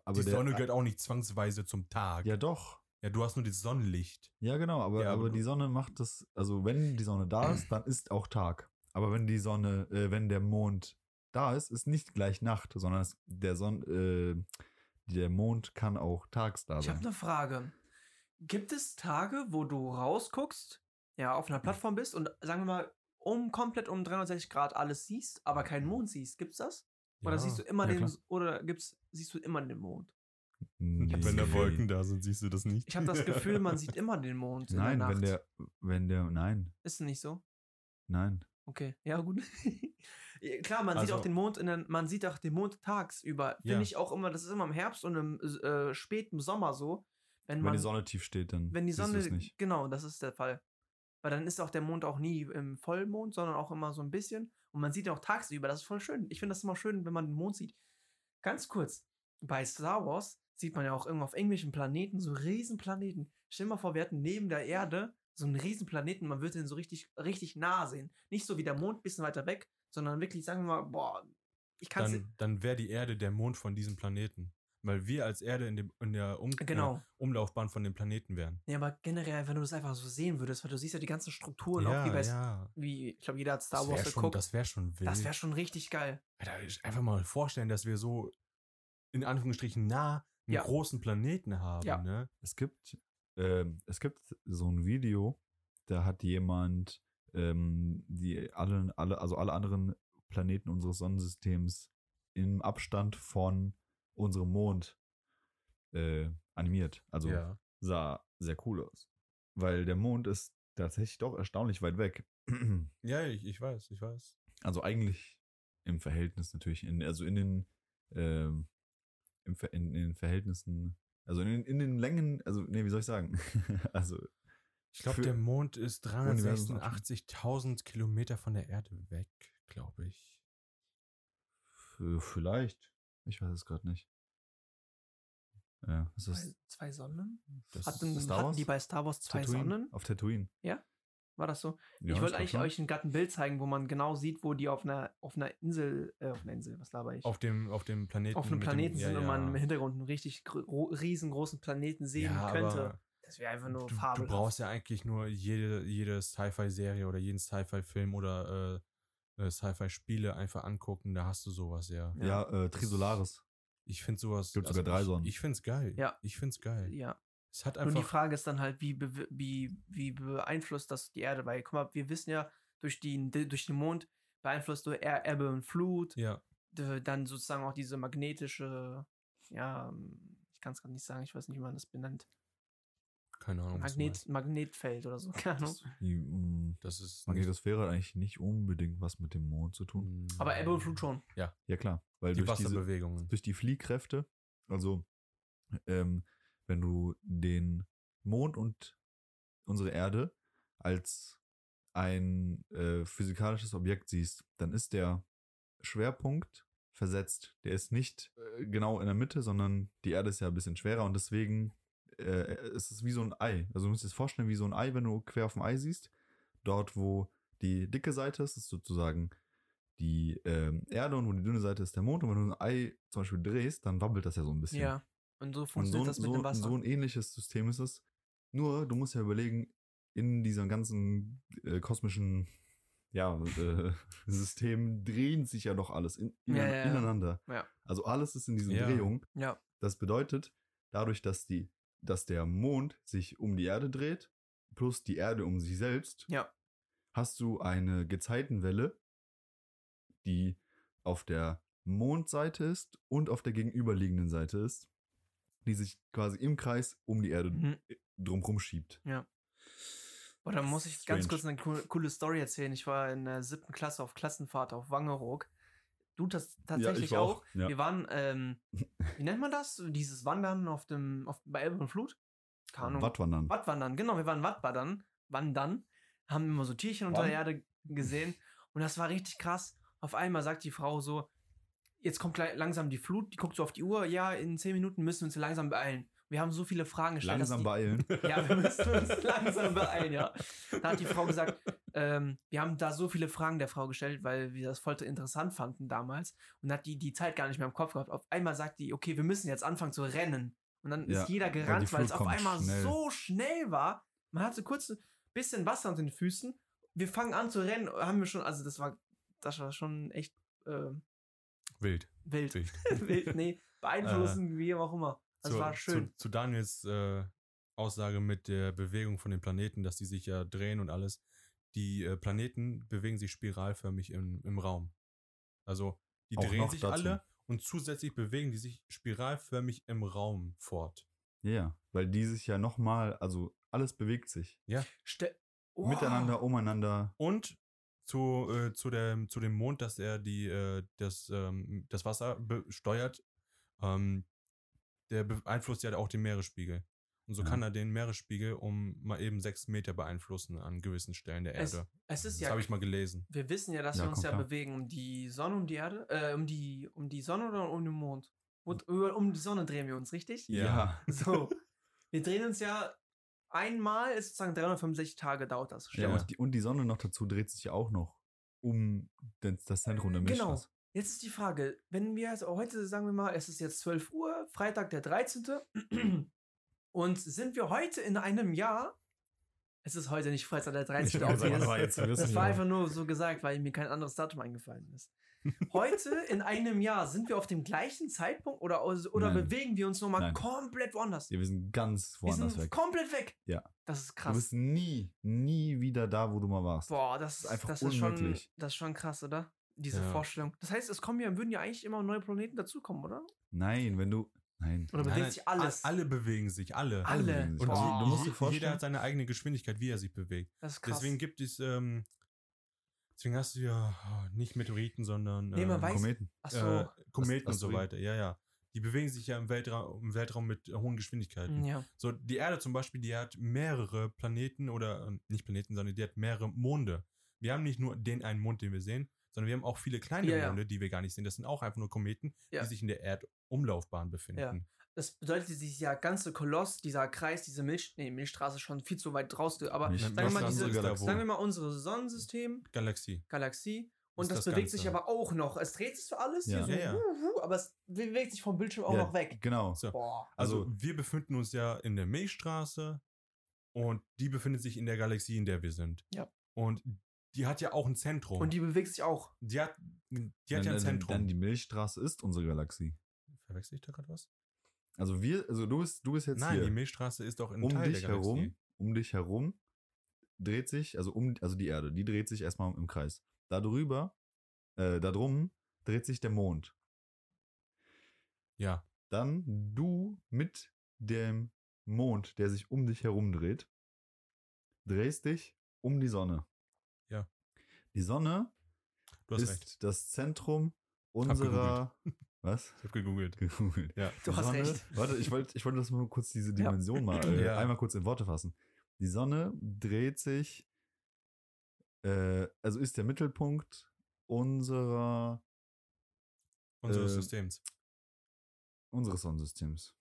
Aber die der, Sonne gehört auch nicht zwangsweise zum Tag. Ja, doch. Ja, du hast nur dieses Sonnenlicht. Ja, genau, aber, Ja, aber aber du- die Sonne macht das, also wenn die Sonne da ist, dann ist auch Tag. Aber wenn die Sonne, äh, wenn der Mond da ist, ist nicht gleich Nacht, sondern es, der Sonn, äh, der Mond kann auch tags da Ich habe sein. eine Frage. Gibt es Tage, wo du rausguckst, ja, auf einer Plattform bist und sagen wir mal, um komplett um 360 Grad alles siehst, aber keinen Mond siehst? Gibt's das? Oder Ja. siehst du immer ja, den klar. oder gibt's siehst du immer den Mond? Nee. Wenn da Wolken da sind, siehst du das nicht. Ich habe das Gefühl, man sieht immer den Mond in der Nein, Nacht. wenn der, wenn der, nein, ist nicht so? nein. Okay, ja gut. Ja, Klar, man sieht auch Also- den Mond in den, man sieht auch den Mond tagsüber. Finde Ja. ich auch immer, das ist immer im Herbst und im äh, späten Sommer so, wenn Wenn man die Sonne tief steht, dann wenn die siehst du Sonne es nicht. genau, das ist der Fall. Weil dann ist auch der Mond auch nie im Vollmond, sondern auch immer so ein bisschen und man sieht ihn auch tagsüber, das ist voll schön. Ich finde das immer schön, wenn man den Mond sieht. Ganz kurz, bei Star Wars sieht man ja auch immer auf englischen Planeten so Riesenplaneten. Stell dir mal vor, wir hätten neben der Erde so einen Riesenplaneten, man würde den so richtig, richtig nah sehen. Nicht so wie der Mond ein bisschen weiter weg, sondern wirklich, sagen wir mal, boah, ich kann es. Dann, dann wäre die Erde der Mond von diesem Planeten. Weil wir als Erde in, dem, in der um Genau. äh, Umlaufbahn von dem Planeten wären. Ja, aber generell, wenn du das einfach so sehen würdest, weil du siehst ja die ganzen Strukturen, auch wie bei ja. wie, ich glaube, jeder hat Star Das Wars wäre schon, geguckt. das wär schon wild. Das wäre schon richtig geil. Alter, ich einfach mal vorstellen, dass wir so in Anführungsstrichen nah einen Ja. großen Planeten haben. Ja. Ne? Es gibt, ähm, es gibt so ein Video, da hat jemand ähm, die alle, alle, also alle anderen Planeten unseres Sonnensystems im Abstand von unserem Mond äh, animiert. Also Ja. sah sehr cool aus. Weil der Mond ist tatsächlich doch erstaunlich weit weg. Ja, ich, ich weiß, ich weiß. Also eigentlich im Verhältnis natürlich, in, also in den, ähm, im, Ver- in, in den Verhältnissen, also in den, in den Längen, also, nee, wie soll ich sagen? also, Ich glaube, Für- der Mond ist Universumsabstand. 386.000 Kilometer von der Erde weg, glaube ich. f- vielleicht. Ich weiß es gerade nicht. Ja, ist das, Zwei, zwei Sonnen? das Hatten, Star hatten Wars? die bei Star Wars zwei Tatooine? Sonnen? Auf Tatooine. War das so? Ja, ich wollte glaub eigentlich schon. euch ein glatten Bild zeigen, wo man genau sieht, wo die auf einer, auf einer Insel, äh, auf einer Insel, was laber ich? Auf dem, auf dem Planeten. Auf einem mit dem- Planeten ja, sind und ja. man im Hintergrund einen richtig gro- ro- riesengroßen Planeten sehen Ja, könnte. aber Das wäre einfach nur du, Farbe. du brauchst ja eigentlich nur jede, jede Sci-Fi-Serie oder jeden Sci-Fi-Film oder äh, äh, Sci-Fi-Spiele einfach angucken, da hast du sowas, ja. Ja, äh, Trisolaris. Ich finde sowas. also Gibt sogar drei ich, Sonnen. Ich finde es geil. Ja. Ich finde es geil. Ja. Es hat Nun die einfach. Frage ist dann halt, wie, bew- wie, wie beeinflusst das die Erde? Weil, guck mal, wir wissen ja, durch, die, durch den Mond beeinflusst du Er- Ebbe und Flut. ja. d- dann sozusagen auch diese magnetische, ja, ähm, ich kann es gerade nicht sagen, ich weiß nicht, wie man das benennt. Keine Oh, Ahnung. was du Magnet, meinst. Magnetfeld oder so, keine Ahnung. Die, mm, Das ist. Magnetosphäre hat eigentlich nicht unbedingt was mit dem Mond zu tun. nicht- Aber Ebbe und Flut schon. Ja, klar. Weil Die durch diese, Wasserbewegungen. durch die Fliehkräfte. Also, ähm, wenn du den Mond und unsere Erde als ein äh, physikalisches Objekt siehst, dann ist der Schwerpunkt versetzt. Der ist nicht äh, genau in der Mitte, sondern die Erde ist ja ein bisschen schwerer und deswegen äh, ist es wie so ein Ei. Also du musst dir das vorstellen wie so ein Ei, wenn du quer auf dem Ei siehst. Dort, wo die dicke Seite ist, ist sozusagen die ähm, Erde und wo die dünne Seite ist der Mond. Und wenn du ein Ei zum Beispiel drehst, dann wabbelt das ja so ein bisschen. Ja. Und so Und so, funktioniert ein- das mit so, dem Wasser. so ein ähnliches System ist es. Nur, du musst ja überlegen, in diesem ganzen äh, kosmischen ja, äh, System drehen sich ja doch alles in, in, Ja, ja, ja. ineinander. Ja. Also alles ist in dieser Ja. Drehung. ja. Das bedeutet, dadurch, dass, die, dass der Mond sich um die Erde dreht, plus die Erde um sich selbst, Ja. hast du eine Gezeitenwelle, die auf der Mondseite ist und auf der gegenüberliegenden Seite ist, die sich quasi im Kreis um die Erde Mhm. drumherum schiebt. Boah, da muss ich ganz Strange. kurz eine coole, coole Story erzählen. Ich war in der siebten Klasse auf Klassenfahrt auf Wangerog. Du das tatsächlich war auch. Ja. Wir waren, ähm, wie nennt man das? Dieses Wandern auf dem, auf, bei Ebbe und Flut? Keine Ahnung. Wattwandern. Wattwandern, genau, wir waren Wattwandern, wandern, haben immer so Tierchen unter Wann? der Erde gesehen und das war richtig krass. Auf einmal sagt die Frau so, jetzt kommt gleich langsam die Flut, die guckt so auf die Uhr, ja, in zehn Minuten müssen wir uns langsam beeilen. Wir haben so viele Fragen gestellt. dass Langsam die, beeilen. Ja, wir müssen uns langsam beeilen, ja. Da hat die Frau gesagt, ähm, wir haben da so viele Fragen der Frau gestellt, weil wir das voll interessant fanden damals und hat die die Zeit gar nicht mehr im Kopf gehabt. Auf einmal sagt die, okay, wir müssen jetzt anfangen zu rennen. Und dann Ja, ist jeder die gerannt, weil es Flut auf kommt einmal schnell. so schnell war. Man hatte kurz ein bisschen Wasser unter den Füßen. Wir fangen an zu rennen. Haben wir schon, also das war, das war schon echt äh, Wild. wild. Wild. wild, nee, beeinflussen, wie auch immer. Das Zu- war schön. Zu, zu Daniels äh, Aussage mit der Bewegung von den Planeten, dass die sich ja drehen und alles. Die äh, Planeten bewegen sich spiralförmig im, im Raum. Also die Auch drehen noch sich dazu. alle und zusätzlich bewegen die sich spiralförmig im Raum fort. Ja, ja. Weil die sich ja nochmal, also alles bewegt sich. Ste- Oh. Miteinander, umeinander. Und zu, äh, zu, der, zu dem Mond, dass er die, äh, das, ähm, das Wasser besteuert, ähm, der beeinflusst ja auch den Meeresspiegel. Und so Ja. kann er den Meeresspiegel um mal eben sechs Meter beeinflussen an gewissen Stellen der Es, Erde. es ist Das ja habe ich mal gelesen. Wir wissen ja, dass Ja, wir uns kommt ja klar. bewegen um die Sonne, um die Erde, äh, um die, um die Sonne oder um den Mond? Und über, um die Sonne drehen wir uns, richtig? Ja. So. wir drehen uns ja einmal, ist sozusagen 365 Tage dauert das. ja. Und, die, und die Sonne noch dazu dreht sich ja auch noch um den, das Zentrum der Milchstraße. Genau. Jetzt ist die Frage, wenn wir also heute, sagen wir mal, es ist jetzt 12 Uhr, Freitag der 13. Und sind wir heute in einem Jahr? Es ist heute nicht Freitag der 13. Ich weiß obvious. aber, jetzt wissen Das wir. war einfach nur so gesagt, weil mir kein anderes Datum eingefallen ist. Heute in einem Jahr sind wir auf dem gleichen Zeitpunkt oder, aus- oder Nein. bewegen wir uns nochmal Nein. komplett woanders? Ja, wir sind ganz wir woanders sind weg. komplett weg. Ja. Das ist Du krass. bist nie, nie wieder da, wo du mal warst. Boah, das ist ist einfach einfach das ist schon, unmöglich. das ist schon krass, oder? Diese Ja. Vorstellung. Das heißt, es kommen ja, würden ja eigentlich immer neue Planeten dazukommen, oder? Nein, wenn du. Nein. Oh. Oder bewegt sich alles? Alle bewegen sich, alle. Alle. bewegen sich. Und Boah. je- du musst dir je- jeder vorstellen, hat seine eigene Geschwindigkeit, wie er sich bewegt. Das ist krass. Deswegen gibt es, ähm, deswegen hast du ja oh, nicht Meteoriten, sondern Nee, man ähm, weiß- Kometen. äh, Achso. Kometen und Ast- so Asteroiden. weiter. Ja, ja. Die bewegen sich ja im Weltraum, im Weltraum mit äh, hohen Geschwindigkeiten. Hm, Mhm. ja. So, die Erde zum Beispiel, die hat mehrere Planeten oder ähm, nicht Planeten, sondern die hat mehrere Monde. Wir haben nicht nur den einen Mond, den wir sehen, sondern wir haben auch viele kleine Ja, ja. Monde, die wir gar nicht sehen. Das sind auch einfach nur Kometen, Ja. die sich in der Erdumlaufbahn befinden. Das bedeutet, dieser ganze Koloss, dieser Kreis, diese Milch, nee, Milchstraße ist schon viel zu weit draußen, aber Nicht- sagen wir mal, Das diese, andere Galaxie. sagen wir mal unsere Sonnensystem, Galaxie. Galaxie, und Ist das, das bewegt sich Ganze. aber auch noch. Es dreht sich zwar alles Ja. hier so, Ja, ja. wuh, wuh, aber es bewegt sich vom Bildschirm auch Ja, noch weg. Genau. So. Boah. Also, Also- wir befinden uns ja in der Milchstraße und die befindet sich in der Galaxie, in der wir sind. Ja. Und die hat ja auch ein Oh. Zentrum. Und die bewegt sich auch. die hat, die hat Dann- ja ein dann- Dann Zentrum. die Milchstraße ist unsere Galaxie. Verwechsel ich da gerade was? Also wir, also du bist, du bist jetzt Nein, hier. die Milchstraße ist doch in um Teil dich der Galaxie. herum, um dich herum dreht sich, also um, also die Erde, die dreht sich erstmal im Kreis. Da drüber, äh, da drum dreht sich der Mond. Ja. Dann du mit dem Mond, der sich um dich herum dreht, drehst dich um die Sonne. Ja. Die Sonne Du hast ist recht. das Zentrum unserer. Was? Ich habe gegoogelt. Gegoogelt. Ja. Du Die hast Sonne, recht. Warte, ich wollte ich wollte das mal kurz, diese Ja. Dimension mal, äh, Ja. einmal kurz in Worte fassen. Die Sonne dreht sich, äh, also ist der Mittelpunkt unserer, Unseres Äh, Systems. unseres Sonnensystems.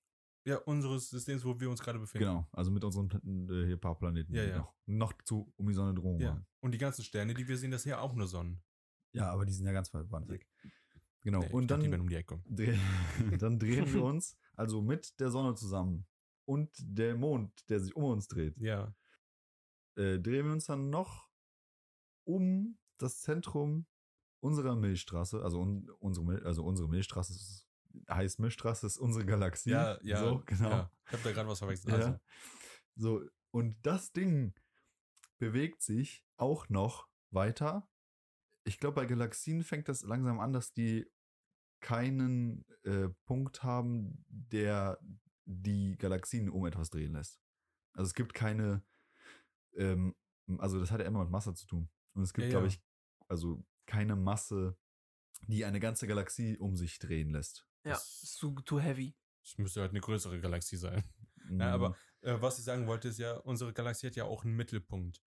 Ja, unseres Systems, wo wir uns gerade befinden. Genau, also mit unseren Pla- äh, hier paar Planeten, Ja, die ja. noch, noch zu um die Sonne drum Ja. waren. Und die ganzen Sterne, die wir sehen, das sind ja auch nur Sonnen. Ja, aber die sind ja ganz weit weit weg. Genau, Nee, ich und dachte, dann die werden um die Ecke. Dreh- dann drehen wir uns also mit der Sonne zusammen und der Mond, der sich um uns dreht, Ja. äh, drehen wir uns dann noch um das Zentrum unserer Milchstraße, also un unsere, Mil also unsere Milchstraße ist, heißt Milchstraße ist unsere Galaxie. Ja, ja. So, genau. Ja. Ich habe da gerade was verwechselt. Ja. Also, So, und das Ding bewegt sich auch noch weiter. Ich glaube, bei Galaxien fängt das langsam an, dass die keinen äh, Punkt haben, der die Galaxien um etwas drehen lässt. Also es gibt keine, ähm, also das hat ja immer mit Masse zu tun. Und es gibt, Ja, ja. glaube ich, also keine Masse, die eine ganze Galaxie um sich drehen lässt. Ja, Das- ist too, too heavy. es müsste halt eine größere Galaxie sein. Ja, aber äh, was ich sagen wollte, ist ja, unsere Galaxie hat ja auch einen Mittelpunkt.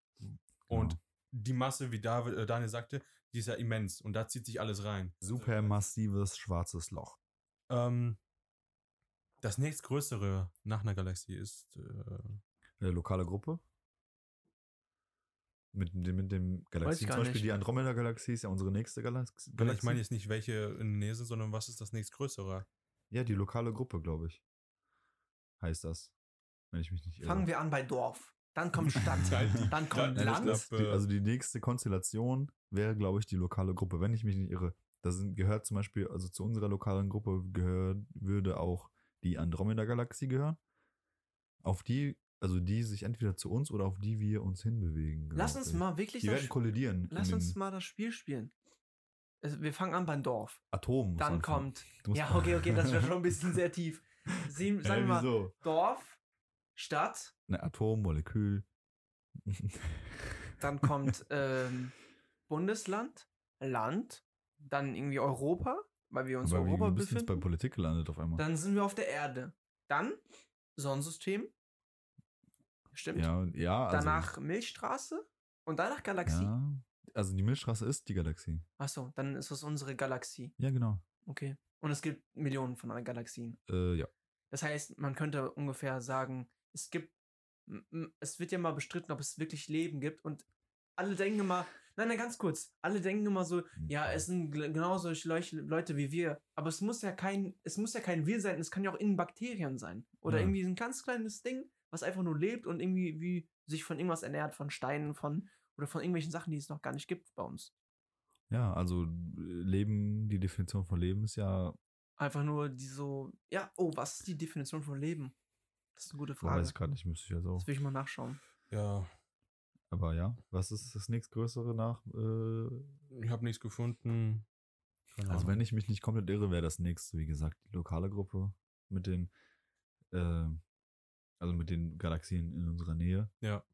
Und Genau. die Masse, wie David, äh, Daniel sagte, die ist ja immens und da zieht sich alles rein. Supermassives schwarzes Loch. Ähm, das nächstgrößere nach einer Galaxie ist. Äh, äh, lokale Gruppe. Mit, dem- mit dem Weiß Galaxie. ich Zum gar Beispiel nicht. die Andromeda-Galaxie ist ja unsere nächste Galax- Galaxie. ich meine jetzt nicht welche in der Nähe sind, sondern was ist das nächstgrößere? ja, die lokale Gruppe, glaube ich. heißt das. Wenn ich mich nicht irre. Fangen wir an bei Dorf. Dann kommt Stadt. dann kommt Ja, das Land. klappt. Die, also die nächste Konstellation wäre, glaube ich, die lokale Gruppe, wenn ich mich nicht irre. Da sind, gehört zum Beispiel, also zu unserer lokalen Gruppe gehört, würde auch die Andromeda-Galaxie gehören. Auf die, also die sich entweder zu uns oder auf die wir uns hinbewegen. Lass glaub uns ich. mal Genau. wirklich Die das werden Sp- kollidieren. Lass in uns den mal das Spiel spielen. Also wir fangen an beim Dorf. Atom. muss Dann man anfangen. kommt. Du musst- Ja, okay, okay, das wäre schon ein bisschen sehr tief. Sie, Hä, sagen wir mal, wieso? Dorf, Stadt, Ne, Atom, Molekül. dann kommt ähm, Bundesland, Land, dann irgendwie Europa, weil wir uns in Aber wir Europa wir sind jetzt bei befinden. Politik gelandet auf einmal. Dann sind wir auf der Erde. Dann Sonnensystem. Stimmt. ja, ja, also, danach Milchstraße und danach Galaxie. Ja, also die Milchstraße ist die Galaxie. Achso, dann ist das unsere Galaxie. Ja, genau. Okay. Und es gibt Millionen von Galaxien. Äh, ja. Das heißt, man könnte ungefähr sagen, es gibt, m- m- es wird ja mal bestritten, ob es wirklich Leben gibt und alle denken immer, nein, nein, ganz kurz, alle denken immer so, ja, es sind gl- genau solche Leuch- Leute wie wir, aber es muss ja kein, es muss ja kein Wir sein, es kann ja auch innen Bakterien sein oder Ja. irgendwie so ein ganz kleines Ding, was einfach nur lebt und irgendwie wie sich von irgendwas ernährt, von Steinen, von oder von irgendwelchen Sachen, die es noch gar nicht gibt bei uns. Ja, also äh, Leben, die Definition von Leben ist ja, Einfach nur die so, ja, oh, was ist die Definition von Leben? Das ist eine gute Frage. weiß ich gerade nicht, müsste ich ja so. Das will ich mal nachschauen. Ja, Aber ja, was ist das nächstgrößere nach? Äh, ich habe nichts gefunden. Keine also wenn Ahnung. ich mich nicht komplett irre, wäre das nächste, wie gesagt, die lokale Gruppe mit den, äh, also mit den Galaxien in unserer Nähe. Ja.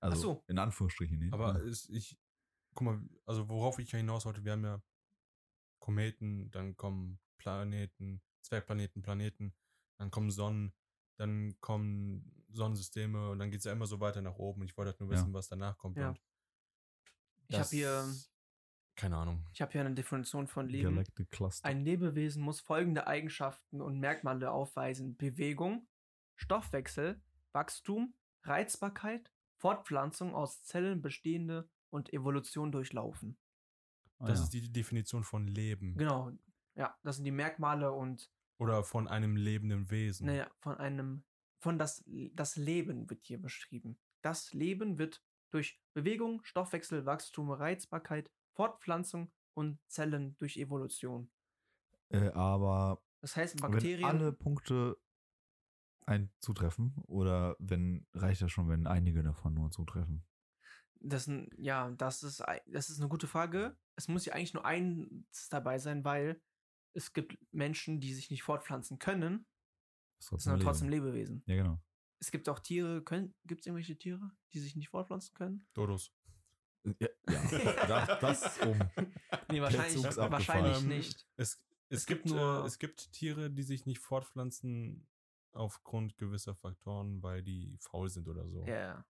Also Ach so. in Anführungsstrichen. Nähe. Aber äh, es, ich, guck mal, also worauf ich ja hinaus wollte, wir haben ja Kometen, dann kommen Planeten, Zwergplaneten, Planeten, dann kommen Sonnen, dann kommen Sonnensysteme und dann geht's ja immer so weiter nach oben. Ich wollte halt nur Ja. wissen, was danach kommt. Ja. Und Ich habe das- hier, Keine Ahnung. ich hab hier eine Definition von Leben. Galactic Cluster. Ein Lebewesen muss folgende Eigenschaften und Merkmale aufweisen: Bewegung, Stoffwechsel, Wachstum, Reizbarkeit, Fortpflanzung aus Zellen bestehende und Evolution durchlaufen. Ah, das ja. ist die Definition von Leben. Genau. Ja, das sind die Merkmale und Oder von einem lebenden Wesen. naja, von einem, von das, das Leben wird hier beschrieben. Das Leben wird durch Bewegung, Stoffwechsel, Wachstum, Reizbarkeit, Fortpflanzung und Zellen durch Evolution. äh, aber Das heißt, Wenn alle Bakterien. Punkte ein zutreffen oder wenn reicht ja schon, wenn einige davon nur zutreffen. Das, sind- ja, das ist, ei- das ist eine gute Frage. Es muss ja eigentlich nur eins dabei sein, weil es gibt Menschen, die sich nicht fortpflanzen können, Ist sondern Leben. trotzdem Lebewesen. Ja, genau. Es gibt auch Tiere, können, gibt es irgendwelche Tiere, die sich nicht fortpflanzen können? Dodos. Ja, ja. das, das um. Nee, Zug wahrscheinlich, ist abgefahren. wahrscheinlich Ähm, nicht. Es, es, Es gibt gibt, nur- äh, es gibt Tiere, die sich nicht fortpflanzen aufgrund gewisser Faktoren, weil die faul sind oder so. Ja, ja.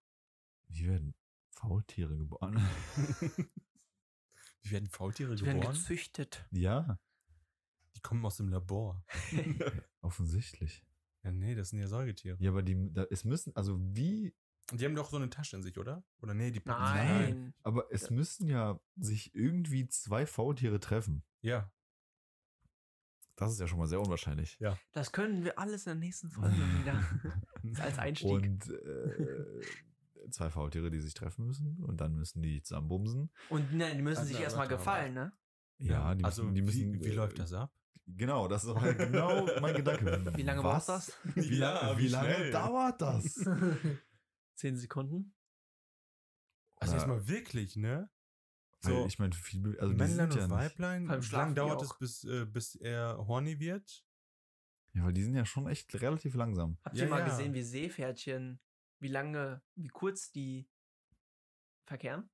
Wie werden Faultiere geboren? Die werden Faultiere Die werden geboren? gezüchtet. ja, Die kommen aus dem Labor. offensichtlich. Ja, nee, das sind ja Säugetiere. Ja, aber die, da, es müssen, also wie, Und Die haben doch so eine Tasche in sich, oder? Oder nee, die packen sie Nein. rein. Nein. aber es müssen ja sich irgendwie zwei Faultiere treffen. Ja, Das ist ja schon mal sehr unwahrscheinlich. Das können wir alles in der nächsten Folge wieder. Als Einstieg. Und äh, zwei Faultiere, die sich treffen müssen und dann müssen die zusammenbumsen. Und nein, die müssen Also, sich warte, erstmal warte, gefallen, ne? Ja, die also müssen, die müssen wie, wie äh, läuft das ab? Genau, das ist halt genau mein Gedanke. Wie lange Was? braucht das? Wie, Ja, lange, wie wie lange schnell? dauert das? ne? Zehn Sekunden. Also Ja. erstmal wirklich, ne? Weil So, ich meine, viel- also die Männlein sind und ja nicht, Weiblein, Vor allem wie schlafen lange die dauert auch. es, bis, äh, bis er horny wird? ja, weil die sind ja schon echt relativ langsam. Habt Ja, ihr mal ja. gesehen, wie Seepferdchen, wie lange, wie kurz die verkehren?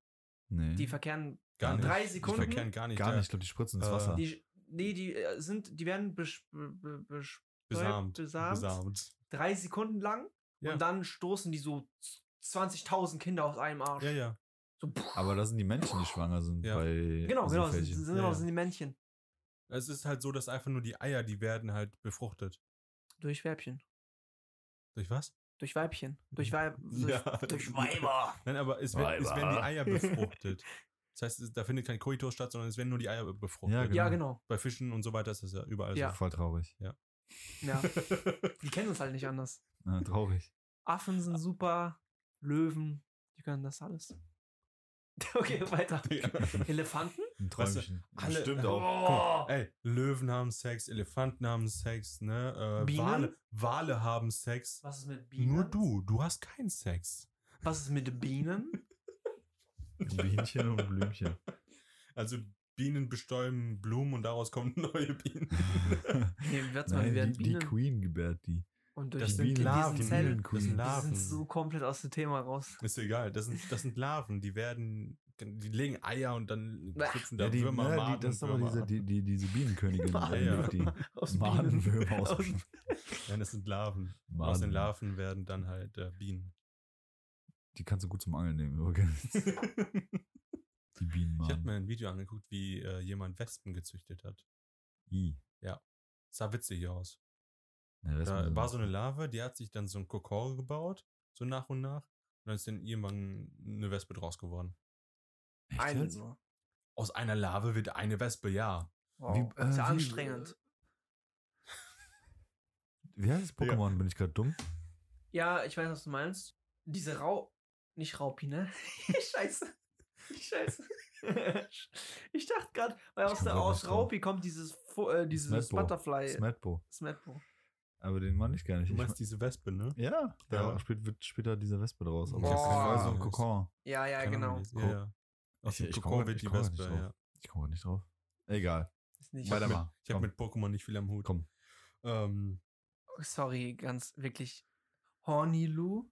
Nee, Die verkehren Mhm. äh, Gar nicht. drei Die Sekunden. verkehren gar nicht. gar ja. nicht. Ich glaube, die spritzen ins Äh, Wasser. Die, nee, die äh, sind, die werden besch, be- be- besch, Besamt. Besamt. Besamt. drei Sekunden lang Ja. und dann stoßen die so 20.000 Kinder aus einem Arsch. Ja, ja. So, puh. Aber das sind die Männchen, die schwanger sind. Ja. Bei genau, genau, sind, Seepferdchen. sind, Ja, genau, ja. sind die Männchen. Es ist halt so, dass einfach nur die Eier, die werden halt befruchtet. Durch Weibchen. Durch was? Durch Weibchen. Durch, Weib Mhm. Ja. durch, durch Weiber. Nein, aber es, wird, es Weiber. werden die Eier befruchtet. Das heißt, es, da findet kein Koitus statt, sondern es werden nur die Eier befruchtet. Ja, genau. Ja, genau. Bei Fischen und so weiter ist das ja überall Ja. so. Voll traurig. Ja. Die kennen uns halt nicht anders. Ja, traurig. Affen sind super, Löwen, die können das alles. Okay, weiter. Elefanten? Ein Träumchen. alle- Stimmt Oh. auch. Oh, Ey, Löwen haben Sex, Elefanten haben Sex, ne? Äh, Bienen? Wale, Wale haben Sex. was ist mit Bienen? Nur du, du hast keinen Sex. Was ist mit Bienen? Bienchen und Blümchen. Also Bienen bestäuben Blumen und daraus kommen neue Bienen. Nee, wird's mal, wir Nein, werden die, die Bienen. Queen gebärt die. und durch das die- sind diesen Larven, die Zellen. Das sind Queen. Die Larven. sind so komplett aus dem Thema raus. Ist egal, das sind, das sind Larven, die werden, die legen Eier und dann Bäh. sitzen da Ja, die, Würmer, ne, die, Maden, das ist aber Würmer. diese, die, die, diese Bienenkönigin, Ja, ja. die Aus Madenwürmer Bienen. aus. Aus- Nein, das sind Larven. Aus den Larven werden dann halt äh, Bienen. Die kannst du gut zum Angeln nehmen übrigens. Ich Die habe Bienenmaden. mir ein Video angeguckt, wie äh, jemand Wespen gezüchtet hat. I. Sah witzig aus. Ja, das Da ist war so eine Larve, die hat sich dann so ein Kokor gebaut, so nach und nach. Und dann ist dann irgendwann eine Wespe draus geworden. Echt Einen jetzt? nur. Aus einer Larve wird eine Wespe, ja. Wow. Wie- äh, ist ja wie- anstrengend. Wie heißt das Pokémon? Bin ich gerade dumm? Ja, ich weiß, was du meinst. Diese Rau. Nicht Raupi, ne? Scheiße. Scheiße. ich dachte gerade, weil Ich aus, komm der, grad aus nicht drauf. Raupi kommt dieses, Fu- äh, dieses Smetbo. Butterfly. Smetbo. Smetbo. Aber den meine ich gar nicht. Du Ich meinst diese Wespe, ne? mein- ja, da Ja. Spielt, wird später diese Wespe draus. Ich hab keine Boah. so Also ein Ahnung. Kokon. Ja, ja, Keine genau. Ahnung, wie die- Ja, ja. Aus Ich- dem ich komm Kokor grad- wird ich die komm grad nicht Wespe, drauf. ja. Ich komme nicht drauf. Egal. Ist nicht- Ich hab mit, Weitermachen. ich hab Komm. mit Pokémon nicht viel am Hut. Komm. Ähm, Sorry, ganz wirklich. Hornilu,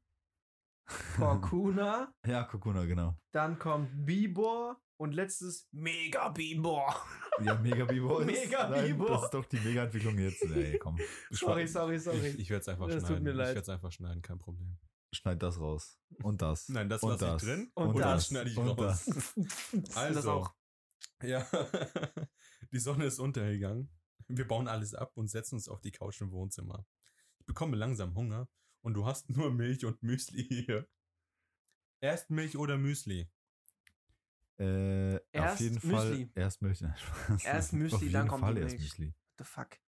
Porcuna, Ja, Kokuna, genau. dann kommt Bibor und letztes Mega Bibor. Ja, Mega Bibo. ist- Mega nein, Bibo. Das ist doch die Mega-Entwicklung jetzt. Ey, komm. Sorry, sorry, sorry. Ich, ich werde es einfach Das tut schneiden. mir Ich leid. werde es einfach schneiden, kein Problem. Schneid das raus. Und das. Nein, das und lasse ich drin. Und das schneide ich und raus. Das. Also, das auch. Ja, die Sonne ist untergegangen. Wir bauen alles ab und setzen uns auf die Couch im Wohnzimmer. Ich bekomme langsam Hunger und du hast nur Milch und Müsli hier. Erst Milch oder Müsli? Äh, auf Erst jeden Müsli. Fall. Erst Müsli. Nein, Spaß. Erst Müsli, auf jeden dann kommt die Fall erst Milch. Müsli. What the fuck?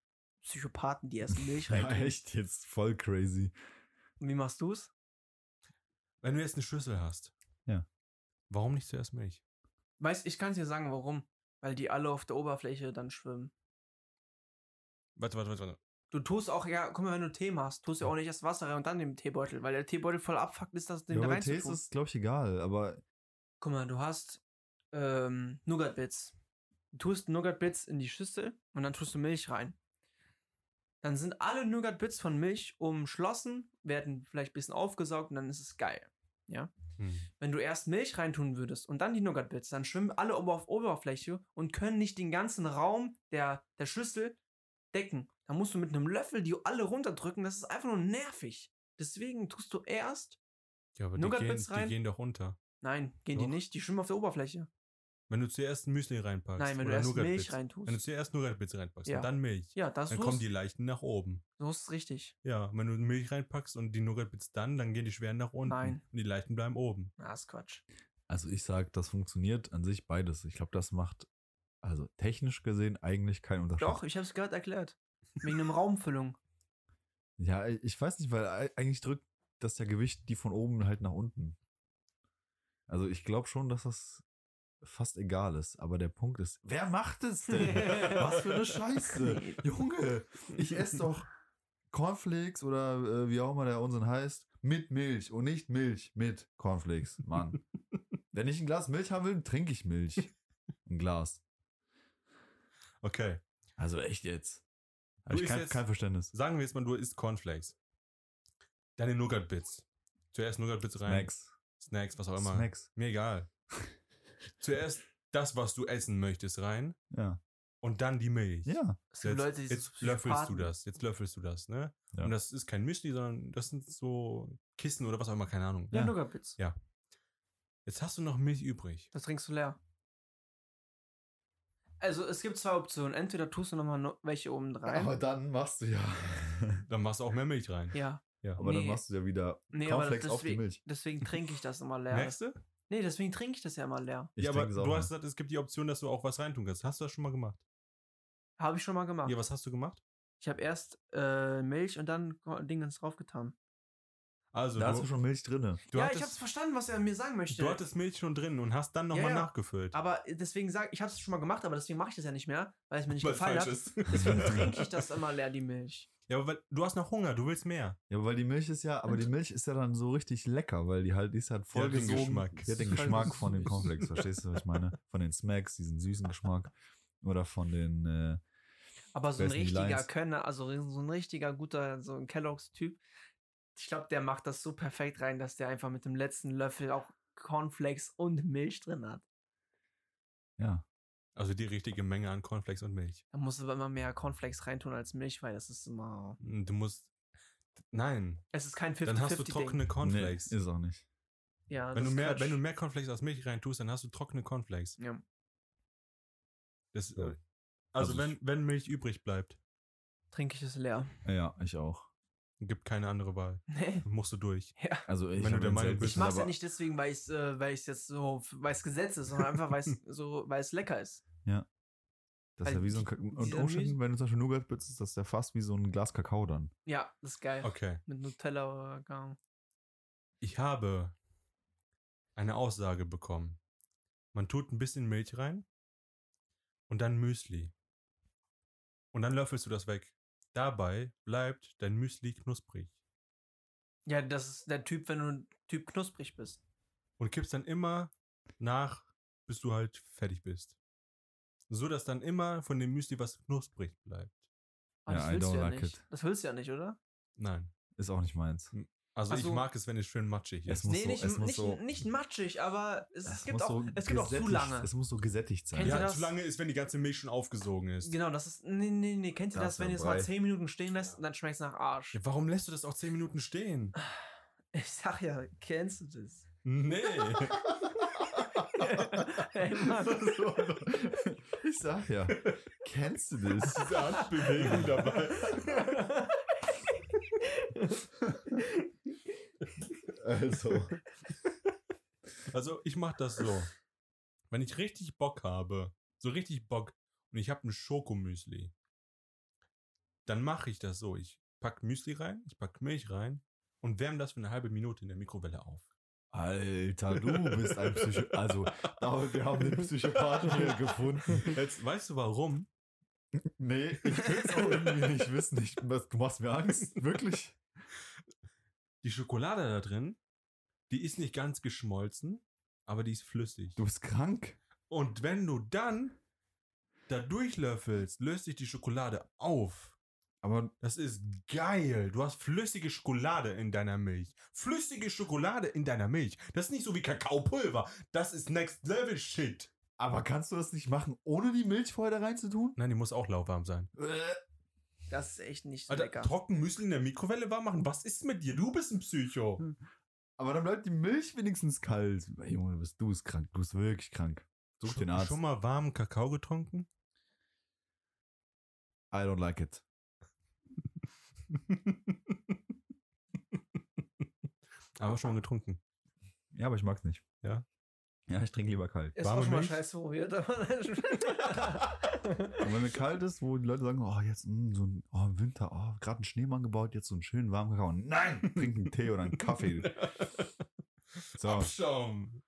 Psychopathen, die essen Milch Ja, rein. echt jetzt voll crazy. Wie machst du's? Wenn du jetzt eine Schüssel hast. Ja. Warum nicht zuerst Milch? Weißt, ich kann dir sagen, warum. Weil die alle auf der Oberfläche dann schwimmen. Warte, warte, warte, warte. Du tust auch, ja, guck mal, wenn du Tee machst, tust ja auch nicht das Wasser rein und dann den Teebeutel, weil der Teebeutel voll abfuckt ist, das den Ja, da bei Tees reinzutun. ist, glaube ich, egal, aber Guck mal, du hast ähm, Nougat-Bits. Du tust Nougat-Bits in die Schüssel und dann tust du Milch rein. Dann sind alle Nougat-Bits von Milch umschlossen, werden vielleicht ein bisschen aufgesaugt und dann ist es geil. Hm. Wenn du erst Milch reintun würdest und dann die Nougat-Bits, dann schwimmen alle ober auf Oberfläche und können nicht den ganzen Raum der, der Schüssel decken. Da musst du mit einem Löffel die alle runterdrücken. Das ist einfach nur nervig. Deswegen tust du erst. Ja, aber die gehen, Nougat-Bits rein? die gehen doch unter. Nein, gehen Doch. die nicht. Die schwimmen auf der Oberfläche. Wenn du zuerst ein Müsli reinpackst. Nein, wenn du oder erst Nougat-Bits. Milch reintust. Wenn du zuerst Nougat-Bits reinpackst Ja. und dann Milch, ja, das dann so kommen ist- die leichten nach oben. So ist es richtig. Ja, wenn du Milch reinpackst und die Nougat-Bits dann, dann gehen die schweren nach unten. Nein. Und die leichten bleiben oben. Na, ist Quatsch. also ich sag, das funktioniert an sich beides. Ich glaube, das macht also technisch gesehen eigentlich keinen Unterschied. Doch, ich hab's gerade erklärt. Wegen einem Raumfüllung. Ja, ich weiß nicht, weil ei- eigentlich drückt das ja Gewicht die von oben halt nach unten. Also ich glaube schon, dass das fast egal ist, aber der Punkt ist, wer macht es denn? Was für eine Scheiße. Nee. Junge, ich esse doch Cornflakes oder äh, wie auch immer der Unsinn heißt, mit Milch und nicht Milch mit Cornflakes, Mann. Wenn ich ein Glas Milch haben will, trinke ich Milch. Ein Glas. Okay. Also echt jetzt. Du Habe ich isst kein, jetzt- kein Verständnis. Sagen wir jetzt mal, du isst Cornflakes. Deine Nougat-Bits. Zuerst Nougat-Bits rein. Snacks. Snacks, was auch immer. Snacks. Mir egal. Zuerst das, was du essen möchtest, rein. Ja. Und dann die Milch. Ja. Jetzt, Es gibt Leute, die sind jetzt löffelst du Psychopathen. das. Jetzt löffelst du das, ne? Ja. Und das ist kein Müsli, sondern das sind so Kissen oder was auch immer, keine Ahnung. Ja, Ja. Nougat-Bits. Ja. Jetzt hast du noch Milch übrig. Das trinkst du leer. Also, es gibt zwei Optionen. Entweder tust du nochmal no welche oben rein. Aber dann machst du ja. Dann machst du auch mehr Milch rein. ja. aber dann Nee. machst du ja wieder Nee, aber Cornflakes auf die deswegen, Milch. deswegen trinke ich das immer leer. Merkst du? Nee, deswegen trinke ich das ja immer leer. Ich ja, aber trinke es auch du hast mal. gesagt, es gibt die Option, dass du auch was reintun kannst. Hast du das schon mal gemacht? Habe ich schon mal gemacht. Ja, was hast du gemacht? Ich habe erst äh, Milch und dann Ko- Dingens drauf getan. Also, da hast du, du schon Milch drinne. du, ja, ich hab's hattest, verstanden, was er mir sagen möchte. du hattest Milch schon drin und hast dann nochmal Ja, ja. nachgefüllt. aber deswegen sag ich, hab's schon mal gemacht, aber deswegen mache ich das ja nicht mehr, weil es mir nicht Weil gefallen hat. ist. Deswegen trinke ich das immer leer, die Milch. ja, aber weil, du hast noch Hunger, du willst mehr. Ja, weil die Milch ist ja, aber die Milch ist ja dann so richtig lecker, weil die halt, die ist halt Die hat den vollgesogen. Geschmack. Die hat den Voll Geschmack von den süß. Cornflakes, verstehst du, was ich meine? Von den Smacks, diesen süßen Geschmack. Oder von den, äh, Aber so ein Wer ist denn die richtiger Lions? Könner, also so ein richtiger guter, so ein Kelloggs-Typ, ich glaube, der macht das so perfekt rein, dass der einfach mit dem letzten Löffel auch Cornflakes und Milch drin hat. ja. Also die richtige Menge an Cornflakes und Milch. Da musst du aber immer mehr Cornflakes reintun als Milch, weil das ist immer. Du musst. Nein, Es ist kein 50-50. dann hast du Ding. trockene Cornflakes. Nee, ist auch nicht. Ja, wenn, das du Also ist mehr, Quatsch. wenn du mehr Cornflakes aus Milch reintust, dann hast du trockene Cornflakes. Ja. Das, Ja. äh, Also also ich- wenn, wenn Milch übrig bleibt, Trinke ich es leer. Ja, ich auch. gibt keine andere Wahl. Nee. Musst du durch. Ja. Also ich Wenn du hab der jetzt Meinung selbst- bist, Ich mach's ja aber- nicht deswegen, weil ich äh, weil ich jetzt so, weil es Gesetz ist, sondern einfach, weil es so, weil es lecker ist. Das ist ja weil wie so ein die- Kakao. Und dieser Umständen, halt Milch- wenn du zum Beispiel Nougat bist, ist das ja fast wie so ein Glas Kakao dann. Ja, das ist geil. Okay. Mit Nutella oder gar. Ich habe eine Aussage bekommen. Man tut ein bisschen Milch rein und dann Müsli. Und dann löffelst du das weg. Dabei bleibt dein Müsli knusprig. Ja, das ist der Typ, wenn du ein Typ knusprig bist. Und kippst dann immer nach, bis du halt fertig bist. So dass dann immer von dem Müsli was knusprig bleibt. Aber Ja, Ah, das I willst du don't ja like nicht. it. Das willst du ja nicht, oder? Nein. Ist auch nicht meins. Also Ach ich so. mag es, wenn es schön matschig ist. Es muss nee, so- nicht, es muss nicht, so- nicht matschig, aber es, es gibt, muss auch, so es gibt auch zu gesättigt- lange. Es muss so gesättigt sein. Kennt ihr ja, das? zu lange ist, wenn die ganze Milch schon aufgesogen ist. Genau, das ist. Nee, nee, nee. Kennt ihr Das das, ist wenn ja ihr es mal Brei. 10 Minuten stehen lässt und dann schmeckt es nach Arsch? Ja, warum lässt du das auch 10 Minuten stehen? Ich sag ja, kennst du das? Nee. Ey, Mann. So, ich sag ja, kennst du das? Diese Handbewegung dabei. Also, Also ich mache das so. Wenn ich richtig Bock habe, so richtig Bock und ich habe ein Schokomüsli, dann mache ich das so. Ich pack Müsli rein, ich pack Milch rein und wärme das für eine halbe Minute in der Mikrowelle auf. Alter, du bist ein Psycho... Also, aber wir haben den Psychopathen hier gefunden. Jetzt weißt du warum? Nee, ich will's auch irgendwie nicht wissen. Ich, was- du machst mir Angst, wirklich. Die Schokolade da drin, die ist nicht ganz geschmolzen, aber die ist flüssig. Du bist krank. Und wenn du dann da durchlöffelst, löst sich die Schokolade auf. Aber Das ist geil. Du hast flüssige Schokolade in deiner Milch. Flüssige Schokolade in deiner Milch. Das ist nicht so wie Kakaopulver. Das ist Next Level Shit. Aber kannst du das nicht machen, ohne die Milch vorher da reinzutun? Äh, Nein, die muss auch lauwarm sein. Das ist echt nicht Alter, lecker. trocken Müsli in der Mikrowelle warm machen. Was ist mit dir? Du bist ein Psycho. Aber dann bleibt die Milch wenigstens kalt. Ey, Junge, du bist, du bist krank. Du bist wirklich krank. Such Schon- den Arzt. Schon mal warmen Kakao getrunken? I don't like it. Aber schon mal getrunken. Ja, aber ich mag's nicht. Ja? Ja, ich trinke lieber kalt. Es warme war schon mal Milch? scheiße probiert, aber. Und wenn mir kalt ist, wo die Leute sagen, oh, jetzt mh, so ein oh, im Winter, oh, gerade einen Schneemann gebaut, jetzt so einen schönen warmen Kakao. Nein! Trink einen Tee oder einen Kaffee. So, Abschaum.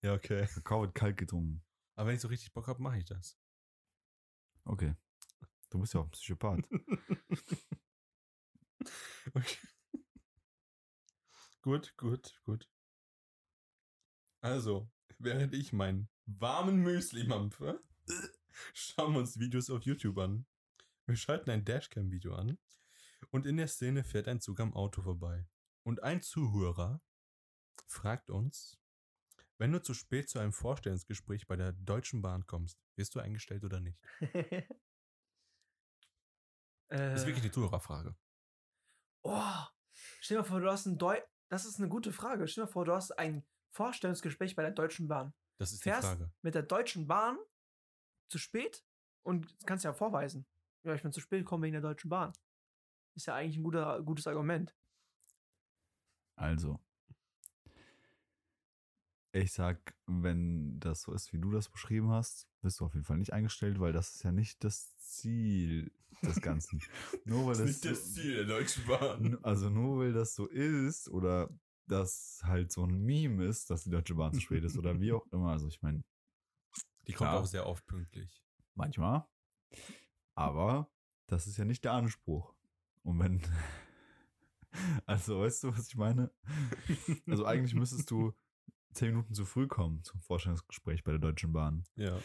Ja, okay. Kakao wird kalt getrunken. Aber wenn ich so richtig Bock habe, mache ich das. Okay. Du bist ja auch ein Psychopath. Okay. Gut, gut, gut. Also, während ich meinen warmen Müsli mampfe, schauen wir uns Videos auf YouTube an. Wir schalten ein Dashcam-Video an und in der Szene fährt ein Zug am Auto vorbei. Und ein Zuhörer fragt uns, wenn du zu spät zu einem Vorstellungsgespräch bei der Deutschen Bahn kommst, wirst du eingestellt oder nicht? Das ist wirklich eine Zuhörerfrage. Oh, stell dir mal vor, du hast ein Deu Das ist eine gute Frage. Stell dir mal vor, du hast ein Vorstellungsgespräch bei der Deutschen Bahn. Das ist die Fährst- Frage. Mit der Deutschen Bahn zu spät und das kannst ja vorweisen. Ja, ich bin zu spät gekommen wegen der Deutschen Bahn. Ist ja eigentlich ein guter, gutes Argument. Also. Ich sag, wenn das so ist, wie du das beschrieben hast, bist du auf jeden Fall nicht eingestellt, weil das ist ja nicht das Ziel des Ganzen. nur weil Das das, ist nicht das so- Ziel der Deutschen Bahn. N- Also nur weil das so ist oder das halt so ein Meme ist, dass die Deutsche Bahn zu spät ist oder wie auch immer. Also ich meine, Die kommt Klar. auch sehr oft pünktlich. manchmal. Aber das ist ja nicht der Anspruch. Und wenn. Also weißt du, was ich meine? Also eigentlich müsstest du zehn Minuten zu früh kommen zum Vorstellungsgespräch bei der Deutschen Bahn. Ja.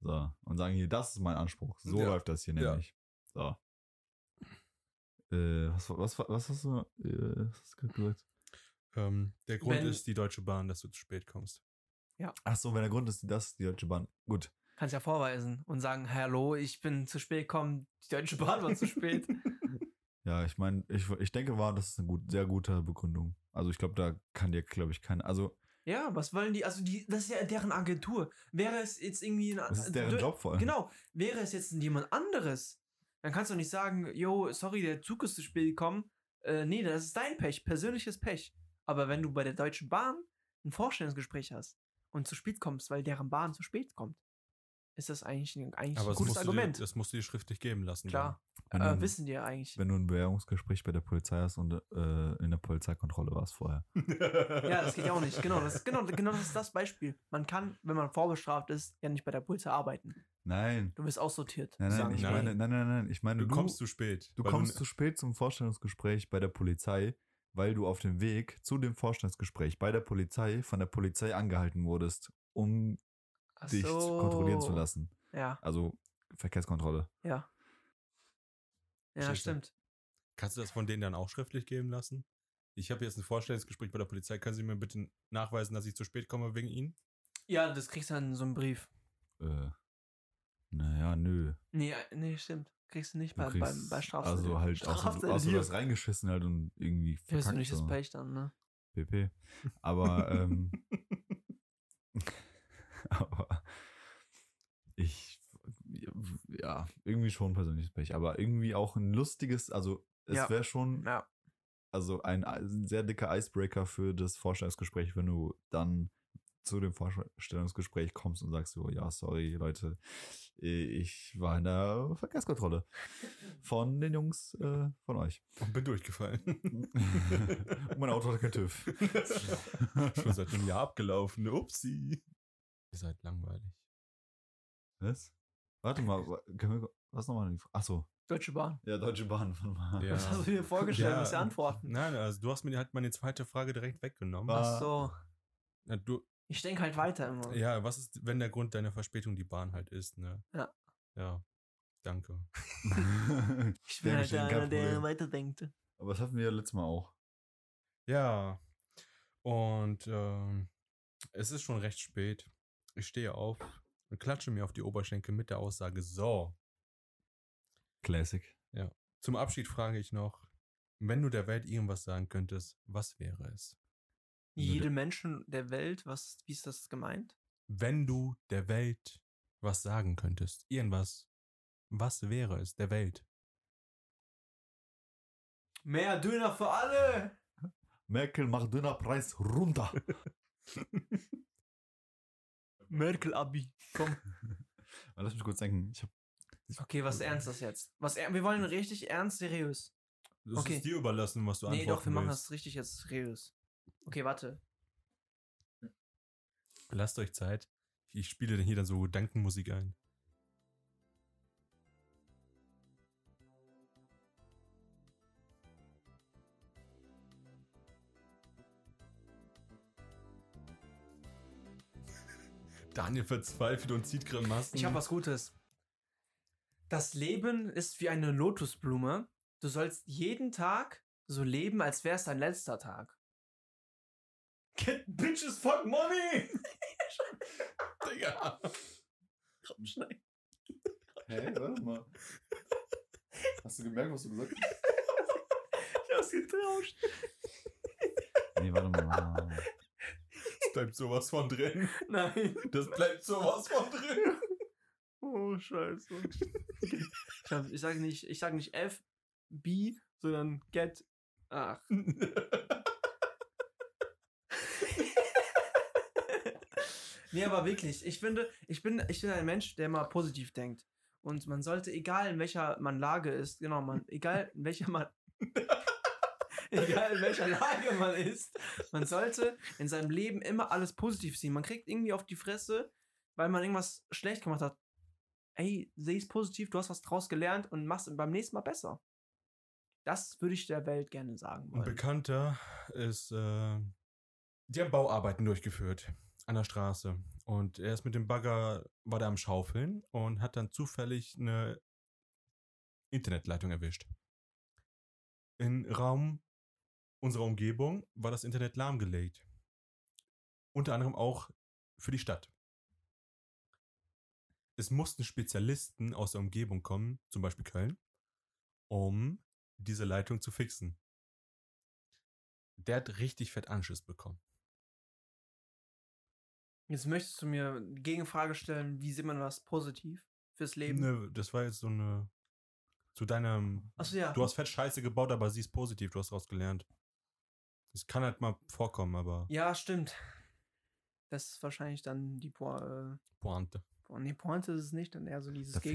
So. Und sagen hier, das ist mein Anspruch. So Ja. läuft das hier Ja. nämlich. So. Äh, was, was, was hast du, äh, was hast du gerade gesagt? Ähm, der Grund Wenn- ist die Deutsche Bahn, dass du zu spät kommst. Ach so, wenn der Grund ist, dass die Deutsche Bahn. Gut. Kannst ja vorweisen und sagen, hallo, ich bin zu spät gekommen, die Deutsche Bahn war zu spät. Ja, ich meine, ich, ich denke war, das ist eine gut, sehr gute Begründung. Also ich glaube, da kann dir, glaube ich, kein. Also ja, was wollen die? Also die, das ist ja deren Agentur. Wäre es jetzt irgendwie ein es ist deren Dö- Job vor allem. Äh, Genau, wäre es jetzt jemand anderes, dann kannst du nicht sagen, yo, sorry, der Zug ist zu spät gekommen. Äh, nee, das ist dein Pech, persönliches Pech. Aber wenn du bei der Deutschen Bahn ein Vorstellungsgespräch hast und zu spät kommst, weil deren Bahn zu spät kommt, ist das eigentlich ein, eigentlich Aber ein das gutes musst, Argument. Du dir, das musst du dir schriftlich geben lassen. Klar, Wenn du, äh, wissen die ja eigentlich. wenn du ein Bewährungsgespräch bei der Polizei hast und äh, in der Polizeikontrolle warst vorher. Ja, das geht ja auch nicht. Genau, das, genau, genau das ist das Beispiel. Man kann, wenn man vorbestraft ist, ja nicht bei der Polizei arbeiten. Nein. Du wirst aussortiert. Nein, nein, sagen ich die. nein. meine, nein, nein, nein. Ich meine, Du kommst zu spät. du weil kommst zu spät zum Vorstellungsgespräch bei der Polizei, weil du auf dem Weg zu dem Vorstellungsgespräch bei der Polizei von der Polizei angehalten wurdest, um Ach dich zu kontrollieren zu so. lassen. Ja, Also Verkehrskontrolle. ja. Ja, Verstehst du. stimmt. ne- Kannst du das von denen dann auch schriftlich geben lassen? Ich habe jetzt ein Vorstellungsgespräch bei der Polizei. Können Sie mir bitte nachweisen, dass ich zu spät komme wegen Ihnen? Ja, das kriegst du dann in so einem Brief. Äh, naja, nö. Nee, äh, nee, stimmt. Kriegst du nicht Du bei, kriegst- bei, bei Strafzettel. Also halt, außer, du- Strafzettel außer du hier. hast reingeschissen halt und irgendwie Kriegst du verkackt nicht so. das Pech dann, ne? PP. Aber, ähm, aber ich, ja, irgendwie schon persönliches Pech, aber irgendwie auch ein lustiges, also es Ja. wäre schon, Ja. also ein, Ei- ein sehr dicker Icebreaker für das Vorstellungsgespräch, wenn du dann zu dem Vorstellungsgespräch kommst und sagst so, ja, sorry, Leute, ich war in der Verkehrskontrolle von den Jungs äh, von euch. Und bin durchgefallen. Und mein Auto hat kein TÜV. Schon seit einem Jahr abgelaufen. Upsi. Ihr seid langweilig. Was? Warte mal, wa- können wir was nochmal? Achso, Deutsche Bahn. ja, Deutsche Bahn von mal. Ja. Was hast du dir vorgestellt? Ja. Ja. Musst du antworten. Nein, also du hast mir halt meine zweite Frage direkt weggenommen. Ah. Ach so. Na, Du, Ich denke halt weiter immer. ja, was ist, wenn der Grund deiner Verspätung die Bahn halt ist, ne? Ja. Ja. Danke. Ich bin halt Dankeschön, kein einer, der Problem. weiterdenkt. Aber das hatten wir ja letztes Mal auch. Ja. Und ähm, es ist schon recht spät. Ich stehe auf und klatsche mir auf die Oberschenkel mit der Aussage, so. Classic. Zum Abschied frage ich noch, wenn du der Welt irgendwas sagen könntest, was wäre es? Jede Menschen der Welt, was, wie ist das gemeint? Wenn du der Welt was sagen könntest, irgendwas, was wäre es der Welt? Mehr Döner für alle! Merkel macht Dönerpreis runter. Merkel Abi. Komm. Lass mich kurz denken. Ich hab, Okay, was Ernstes jetzt? Was, er- wir wollen richtig ernst, seriös. Das Okay. dir überlassen, was du Nee, doch, wir machen willst. das richtig jetzt seriös. Okay, warte. Lasst euch Zeit. Ich spiele hier dann so Gedankenmusik ein. Daniel verzweifelt und zieht Grimassen. Ich habe was Gutes. Das Leben ist wie eine Lotusblume. Du sollst jeden Tag so leben, als wäre es dein letzter Tag. Get bitches fuck money! Digga. hey, warte mal. Hast du gemerkt, was du gesagt hast? Ich hab's getrauscht. Nee, warte mal, warte mal. warte mal. Das bleibt sowas von drin. Nein. Das bleibt sowas von drin. Oh, scheiße. Ich, hab, ich sage nicht, ich sag nicht F, B, sondern get. Ach. Nee, aber wirklich, ich finde, ich bin, ich bin ein Mensch, der mal positiv denkt. Und man sollte, egal in welcher man Lage ist, genau, man, egal in welcher man. egal in welcher Lage man ist, man sollte in seinem Leben immer alles positiv sehen. Man kriegt irgendwie auf die Fresse, weil man irgendwas schlecht gemacht hat. Ey, seh es positiv, du hast was draus gelernt und machst es beim nächsten Mal besser. Das würde ich der Welt gerne sagen Ein wollen. Bekannter ist, äh, die haben Bauarbeiten durchgeführt an der Straße. Und er ist mit dem Bagger, war da am Schaufeln und hat dann zufällig eine Internetleitung erwischt. Im Raum unserer Umgebung war das Internet lahmgelegt. Unter anderem auch für die Stadt. Es mussten Spezialisten aus der Umgebung kommen, zum Beispiel Köln, um diese Leitung zu fixen. Der hat richtig fett Anschiss bekommen. Jetzt möchtest du mir eine Gegenfrage stellen, wie sieht man was positiv fürs Leben? Nö, Ne, das war jetzt so eine. Zu deinem. Achso, ja. Du hast fett Scheiße gebaut, aber sie ist positiv, du hast daraus gelernt. Es kann halt mal vorkommen, aber. ja, stimmt. Das ist wahrscheinlich dann die po äh, Pointe. po nee, Pointe ist es nicht, dann eher so dieses Da fehlt,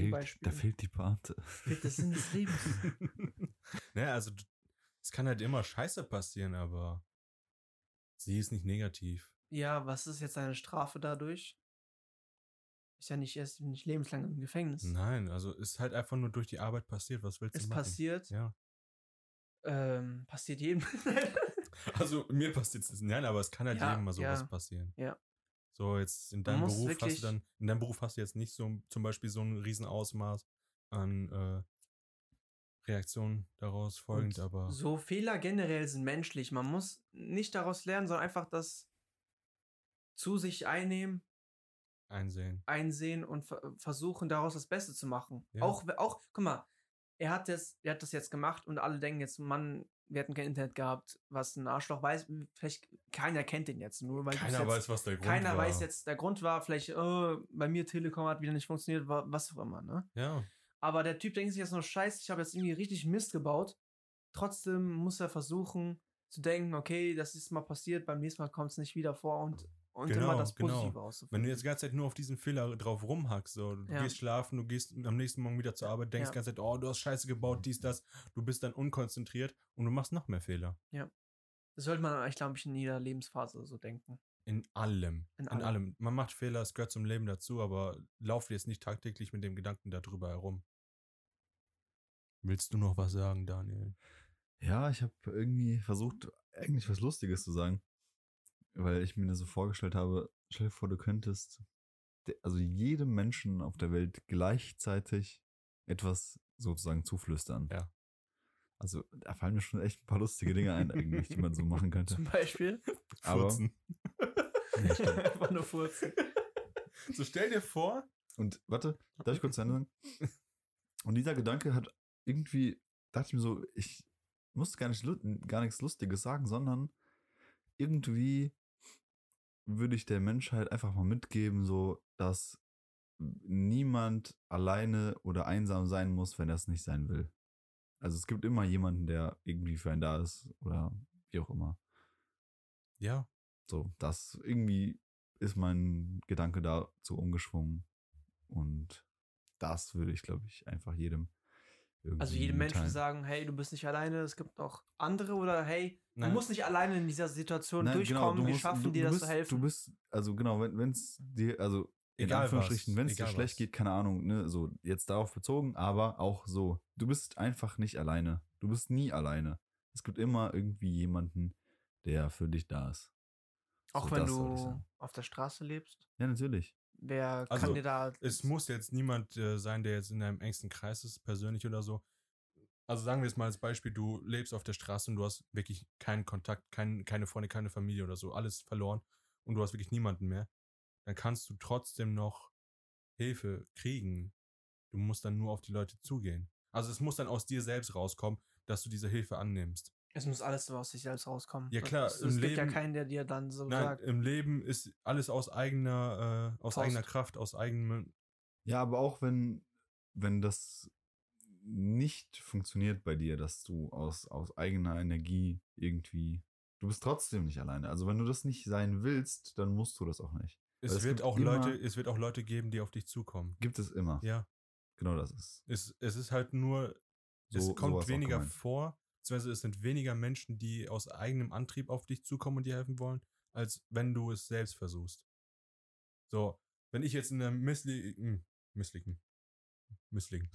da Gegenbeispiel. fehlt die Pointe. fehlt das Sinn des Lebens. naja, also. du- Es kann halt immer Scheiße passieren, aber. Sie ist nicht negativ. Ja, was ist jetzt eine Strafe dadurch? Ist ja nicht erst nicht lebenslang im Gefängnis. Nein, also ist halt einfach nur durch die Arbeit passiert. Was willst du Es machen? passiert, Ja. ähm, passiert jedem. Also mir passiert es nein, aber es kann halt Ja, jedem mal sowas ja. passieren. Ja. So jetzt in Man deinem muss Beruf hast wirklich- du dann in deinem Beruf hast du jetzt nicht so zum Beispiel so ein Riesenausmaß an äh, Reaktionen daraus folgend, Und aber so Fehler generell sind menschlich. Man muss nicht daraus lernen, sondern einfach das zu sich einnehmen, einsehen. einsehen und ver versuchen, daraus das Beste zu machen. Ja. Auch, we- auch, guck mal, er hat, das, er hat das jetzt gemacht und alle denken jetzt, Mann, wir hätten kein Internet gehabt, was ein Arschloch weiß. Vielleicht keiner kennt den jetzt, nur weil du's Keiner jetzt, weiß, was der Grund keiner war. weiß jetzt, der Grund war vielleicht, oh, bei mir Telekom hat wieder nicht funktioniert, wa- was auch immer, ne? Ja, Aber der Typ denkt sich jetzt nur, scheiße, ich habe jetzt irgendwie richtig Mist gebaut. Trotzdem muss er versuchen zu denken, okay, das ist mal passiert, beim nächsten Mal kommt es nicht wieder vor und, und Genau, immer das genau. Positive wenn auszufinden. du jetzt die ganze Zeit nur auf diesen Fehler drauf rumhackst, so du Ja. gehst schlafen, du gehst am nächsten Morgen wieder zur Arbeit, denkst Ja. Mhm. die ganze Zeit, oh, du hast Scheiße gebaut, dies das, du bist dann unkonzentriert und du machst noch mehr Fehler. Das sollte man eigentlich, glaube ich, in jeder Lebensphase so denken. In allem. In In, allem. allem. Man macht Fehler, es gehört zum Leben dazu, aber lauf jetzt nicht tagtäglich mit dem Gedanken darüber herum. Willst du noch was sagen, Daniel? Ja, ich habe irgendwie versucht, eigentlich was Lustiges zu sagen. Weil ich mir das so vorgestellt habe, stell dir vor, du könntest de- also jedem Menschen auf der Welt gleichzeitig etwas sozusagen zuflüstern. Ja. Also da fallen mir schon echt ein paar lustige Dinge ein, eigentlich, die man so machen könnte. Zum Beispiel. Aber- Furzen. Einfach nur furzen. So stell dir vor, Und warte, darf ich kurz zu Ende sagen? Und dieser Gedanke hat irgendwie, dachte ich mir so, ich muss gar, nicht, lu- gar nichts Lustiges sagen, sondern irgendwie würde ich der Menschheit einfach mal mitgeben, so, dass niemand alleine oder einsam sein muss, wenn er es nicht sein will. Also es gibt immer jemanden, der irgendwie für einen da ist oder wie auch immer. ja, So, das irgendwie ist mein Gedanke dazu umgeschwungen. Und das würde ich, glaube ich, einfach jedem. Irgendwie Also jedem Menschen mitteilen. sagen, hey, du bist nicht alleine, es gibt auch andere oder hey, du Nein. musst nicht alleine in dieser Situation Nein, genau, durchkommen, du wir musst- schaffen du- dir du das bist, zu helfen. Du bist, also genau, wenn es dir, also in egal was. Anführungsstrichen, wenn es dir egal schlecht was. geht, keine Ahnung, ne, so jetzt darauf bezogen, aber auch so. Du bist einfach nicht alleine. Du bist nie alleine. Es gibt immer irgendwie jemanden, der für dich da ist. auch So, wenn das sollte ich du sagen. auf der Straße lebst, Ja, natürlich. wer kann Also, dir da Es muss jetzt niemand äh, sein, der jetzt in deinem engsten Kreis ist, persönlich oder so. Also sagen wir jetzt mal als Beispiel, du lebst auf der Straße und du hast wirklich keinen Kontakt, kein, keine Freunde, keine Familie oder so, alles verloren und du hast wirklich niemanden mehr. Dann kannst du trotzdem noch Hilfe kriegen. Du musst dann nur auf die Leute zugehen. Also es muss dann aus dir selbst rauskommen, dass du diese Hilfe annimmst. Es muss alles so aus sich selbst rauskommen. Ja, Das- klar, Es, im es gibt ja Leben- keinen, der dir dann so Nein, sagt. im Leben ist alles aus eigener, äh, aus Faust. eigener Kraft, aus eigenem. Ja, aber auch wenn, wenn das nicht funktioniert bei dir, dass du aus, aus eigener Energie irgendwie. Du bist trotzdem nicht alleine. Also wenn du das nicht sein willst, dann musst du das auch nicht. Es, Weil es wird gibt auch immer- Leute, es wird auch Leute geben, die auf dich zukommen. Gibt es immer. Ja. Genau das ist. Es, es ist halt nur, So- es sowas kommt auch weniger gemeint. vor, beziehungsweise es sind weniger Menschen, die aus eigenem Antrieb auf dich zukommen und dir helfen wollen, als wenn du es selbst versuchst. So, wenn ich jetzt in hm, einer misslichen, misslichen, misslichen,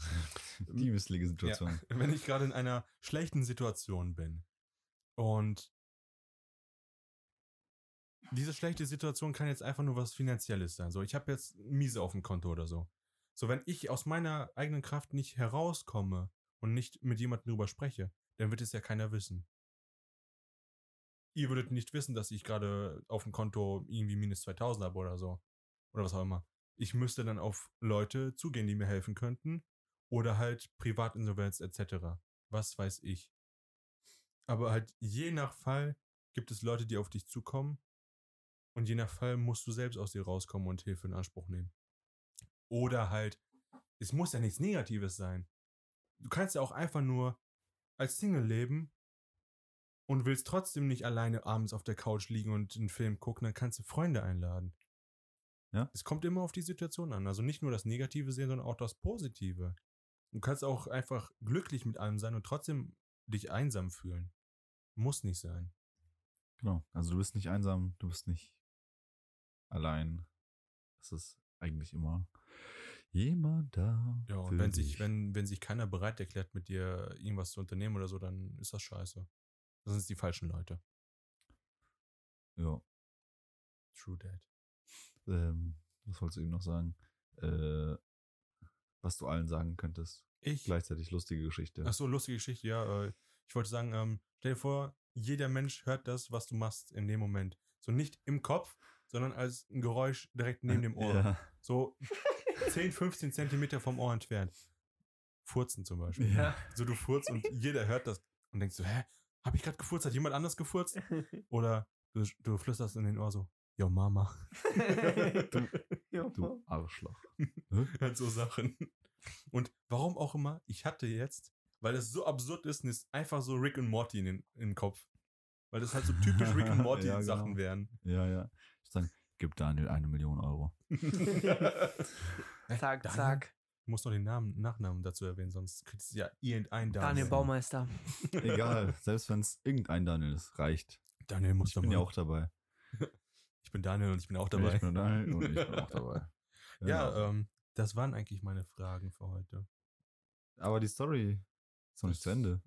Die missliche Situation. wenn ich gerade in einer schlechten Situation bin und diese schlechte Situation kann jetzt einfach nur was Finanzielles sein. So, ich habe jetzt miese auf dem Konto oder so. So, wenn ich aus meiner eigenen Kraft nicht herauskomme und nicht mit jemandem drüber spreche, dann wird es ja keiner wissen. Ihr würdet nicht wissen, dass ich gerade auf dem Konto irgendwie minus 2000 habe oder so. Oder was auch immer. Ich müsste dann auf Leute zugehen, die mir helfen könnten oder halt Privatinsolvenz etc. Was weiß ich. Aber halt je nach Fall gibt es Leute, die auf dich zukommen und je nach Fall musst du selbst aus dir rauskommen und Hilfe in Anspruch nehmen. Oder halt, es muss ja nichts Negatives sein. Du kannst ja auch einfach nur als Single leben und willst trotzdem nicht alleine abends auf der Couch liegen und einen Film gucken, dann kannst du Freunde einladen. Ja. Es kommt immer auf die Situation an. Also nicht nur das Negative sehen, sondern auch das Positive. Du kannst auch einfach glücklich mit allem sein und trotzdem dich einsam fühlen. Muss nicht sein. Genau. Also du bist nicht einsam, du bist nicht allein. Es ist eigentlich immer jemand da. Ja, und für wenn sich, dich. wenn, wenn sich keiner bereit erklärt, mit dir irgendwas zu unternehmen oder so, dann ist das scheiße. Das sind die falschen Leute. Ja. True Dad. Ähm, was wolltest du eben noch sagen? Äh, was du allen sagen könntest. Ich. Gleichzeitig lustige Geschichte. Ach so, lustige Geschichte, ja. Äh, ich wollte sagen, ähm, stell dir vor, jeder Mensch hört das, was du machst in dem Moment. So nicht im Kopf, sondern als ein Geräusch direkt neben dem Ohr. Ja. So 10, 15 Zentimeter vom Ohr entfernt. Furzen zum Beispiel. Ja. So du furzt und jeder hört das und denkst so, hä, habe ich gerade gefurzt? Hat jemand anders gefurzt? Oder du, du flüsterst in den Ohr so, yo Mama. Ja. Du Arschloch. Halt so Sachen. Und warum auch immer, ich hatte jetzt, weil es so absurd ist, ist einfach so Rick und Morty in den in den Kopf. Weil das halt so typisch Rick und Morty Ja, genau. Sachen wären. Ja, ja. Ich würde sagen, gib Daniel eine Million Euro. Hä, Zack, Daniel? zack. Ich muss noch den Namen, Nachnamen dazu erwähnen, sonst kriegst du ja irgendein Daniel Baumeister. Egal, selbst wenn es irgendein Daniel ist, reicht. Daniel muss Ich bin ja auch dabei. Ich bin Daniel und ich bin auch dabei. Ich bin Daniel und ich bin auch dabei. Genau. Ja, ähm, das waren eigentlich meine Fragen für heute. aber die Story ist noch nicht zu Ende.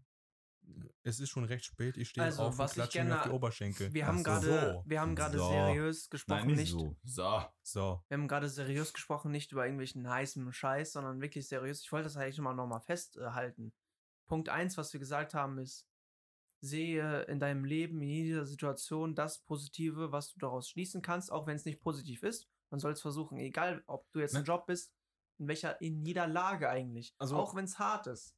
Es ist schon recht spät, ich stehe Also, auf und was ich klatsche mir gerne- auf die Oberschenkel. Also, Wir haben so. gerade, wir haben gerade So. seriös gesprochen, nicht. So. So, Wir haben gerade seriös gesprochen, nicht über irgendwelchen heißen Scheiß, sondern wirklich seriös. Ich wollte das eigentlich immer nochmal festhalten. Punkt 1, was wir gesagt haben, ist, sehe in deinem Leben, in jeder Situation das Positive, was du daraus schließen kannst, auch wenn es nicht positiv ist. Man soll es versuchen, egal ob du jetzt Ne? im Job bist, in welcher, in jeder Lage eigentlich. Also- auch wenn es hart ist.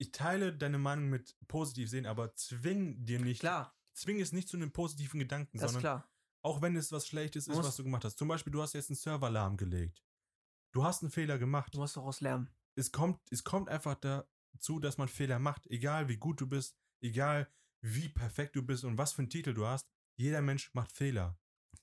ich teile deine Meinung mit positiv sehen, aber zwing dir nicht, Klar, zwing es nicht zu einem positiven Gedanken, das ist sondern klar. auch wenn es was Schlechtes ist, Muss- was du gemacht hast. Zum Beispiel, du hast jetzt einen Serveralarm gelegt. Du hast einen Fehler gemacht. Du musst daraus lernen. es kommt, es kommt einfach dazu, dass man Fehler macht, egal wie gut du bist, egal wie perfekt du bist und was für einen Titel du hast. Jeder Mensch macht Fehler.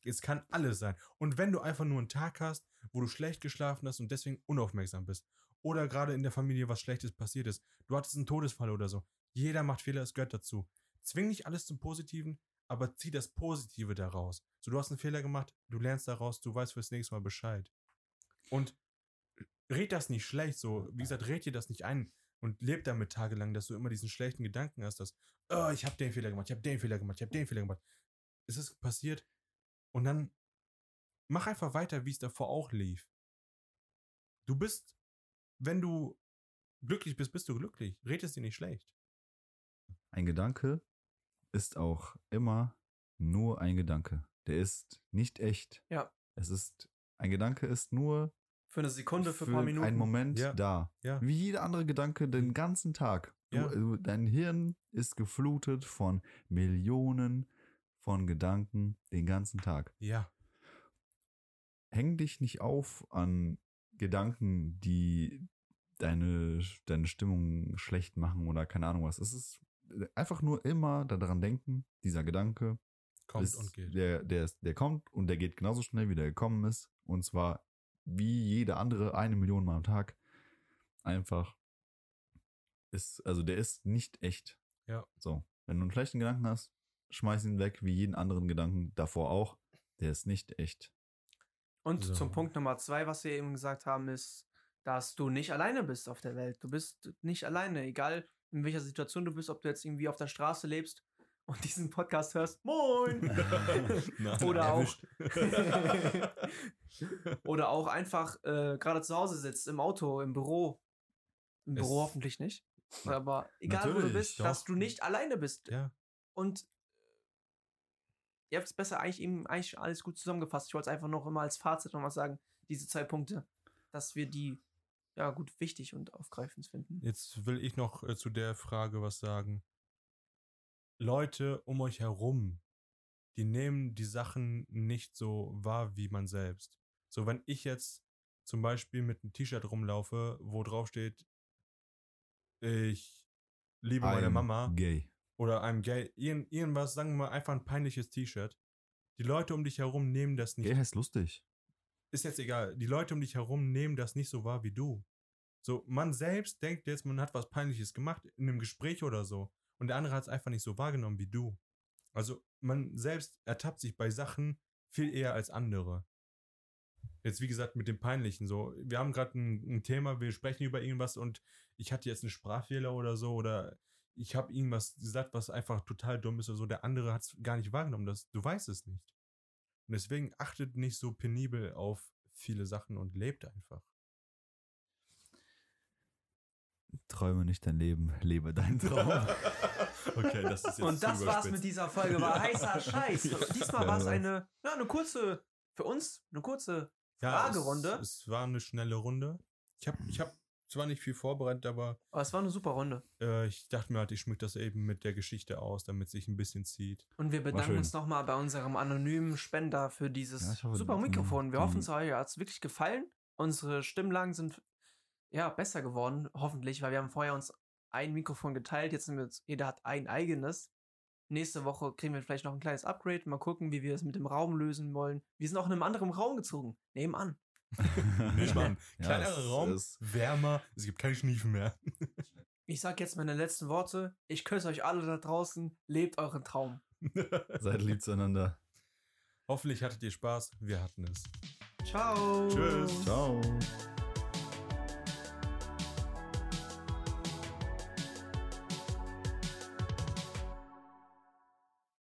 Es kann alles sein. Und wenn du einfach nur einen Tag hast, wo du schlecht geschlafen hast und deswegen unaufmerksam bist, oder gerade in der Familie was Schlechtes passiert ist, du hattest einen Todesfall oder so. Jeder macht Fehler, es gehört dazu. Zwing nicht alles zum Positiven, aber zieh das Positive daraus. So, du hast einen Fehler gemacht, du lernst daraus, du weißt fürs nächste Mal Bescheid. Und red das nicht schlecht, so, wie gesagt, red dir das nicht ein und leb damit tagelang, dass du immer diesen schlechten Gedanken hast, dass, oh, ich habe den Fehler gemacht, ich habe den Fehler gemacht, ich habe den Fehler gemacht. Es ist passiert und dann mach einfach weiter, wie es davor auch lief. Du bist, wenn du glücklich bist, bist du glücklich. Red es dir nicht schlecht. Ein Gedanke ist auch immer nur ein Gedanke. Der ist nicht echt. Ja. Es ist, ein Gedanke ist nur Für eine Sekunde, für ein paar Minuten. einen Moment Ja. da. Ja. Wie jeder andere Gedanke den ganzen Tag. Du, Ja. du- Dein Hirn ist geflutet von Millionen von Gedanken den ganzen Tag. Ja. häng dich nicht auf an Gedanken, die deine, deine Stimmung schlecht äh, machen oder keine Ahnung was. Es ist einfach nur immer daran denken, dieser Gedanke Kommt ist, und geht. Der, der, ist, der kommt und der geht genauso schnell, wie der gekommen ist. Und zwar wie jeder andere eine Million Mal am Tag. Einfach ist, also der ist nicht echt. Ja. So. Wenn du einen schlechten Gedanken hast, schmeiß ihn weg, wie jeden anderen Gedanken davor auch. Der ist nicht echt. Und So. zum Punkt Nummer zwei, was wir eben gesagt haben, ist, dass du nicht alleine bist auf der Welt. Du bist nicht alleine, egal in welcher Situation du bist, ob du jetzt irgendwie auf der Straße lebst und diesen Podcast hörst. Moin! Nein, Oder auch- erwischt. Oder auch einfach äh, gerade zu Hause sitzt, im Auto, im Büro. Im Es- Büro hoffentlich nicht. Na- Aber egal wo du natürlich, bist, doch. dass du nicht alleine bist. ja, Und äh, ihr habt es besser eigentlich eben eigentlich alles gut zusammengefasst. Ich wollte es einfach noch immer als Fazit nochmal sagen, diese zwei Punkte, dass wir die ja gut wichtig und aufgreifend finden. jetzt will ich noch äh, zu der Frage was sagen. Leute um euch herum, die nehmen die Sachen nicht so wahr wie man selbst. So, wenn ich jetzt zum Beispiel mit einem T-Shirt rumlaufe, wo drauf steht, ich liebe meine I'm Mama, Gay. oder einem Gay, irgend, irgendwas, sagen wir mal einfach ein peinliches T-Shirt. Die Leute um dich herum nehmen das nicht. Gay heißt lustig. Ist jetzt egal. Die Leute um dich herum nehmen das nicht so wahr wie du. So, man selbst denkt jetzt, man hat was Peinliches gemacht in einem Gespräch oder so. Und der andere hat es einfach nicht so wahrgenommen wie du. Also, man selbst ertappt sich bei Sachen viel eher als andere. Jetzt, wie gesagt, mit dem Peinlichen. So, wir haben gerade ein, ein Thema, wir sprechen über irgendwas und ich hatte jetzt einen Sprachfehler oder so oder ich habe irgendwas gesagt, was einfach total dumm ist oder so. Der andere hat es gar nicht wahrgenommen. Das, du weißt es nicht. Und deswegen achtet nicht so penibel auf viele Sachen und lebt einfach. Träume nicht dein Leben, lebe deinen Traum. okay, das ist Und das war's mit dieser Folge. War heißer Scheiß. Diesmal Ja, war es ja. eine, ja, eine kurze, für uns, eine kurze. Fragerunde. Es, es war eine schnelle Runde. Ich habe ich hab zwar nicht viel vorbereitet, aber Aber es war eine super Runde. äh, ich dachte mir halt, ich schmück das eben mit der Geschichte aus, damit sich ein bisschen zieht. Und wir bedanken schön. uns nochmal bei unserem anonymen Spender für Ja, dieses ich hoffe, super die- Mikrofon. Wir die- hoffen, es hat es wirklich gefallen. Unsere Stimmlagen sind ja besser geworden, hoffentlich, weil wir haben vorher uns ein Mikrofon geteilt. Jetzt sind wir uns, jeder hat ein eigenes. Nächste Woche kriegen wir vielleicht noch ein kleines Upgrade. Mal gucken, wie wir es mit dem Raum lösen wollen. Wir sind auch in einem anderen Raum gezogen. Nebenan. Nicht mal ein Ja, Kleinerer es Raum, ist- wärmer, es gibt keine Schniefen mehr. Ich sag jetzt meine letzten Worte. Ich küsse euch alle da draußen. Lebt euren Traum. Seid lieb zueinander. Hoffentlich hattet ihr Spaß, wir hatten es. Ciao. Tschüss. Ciao.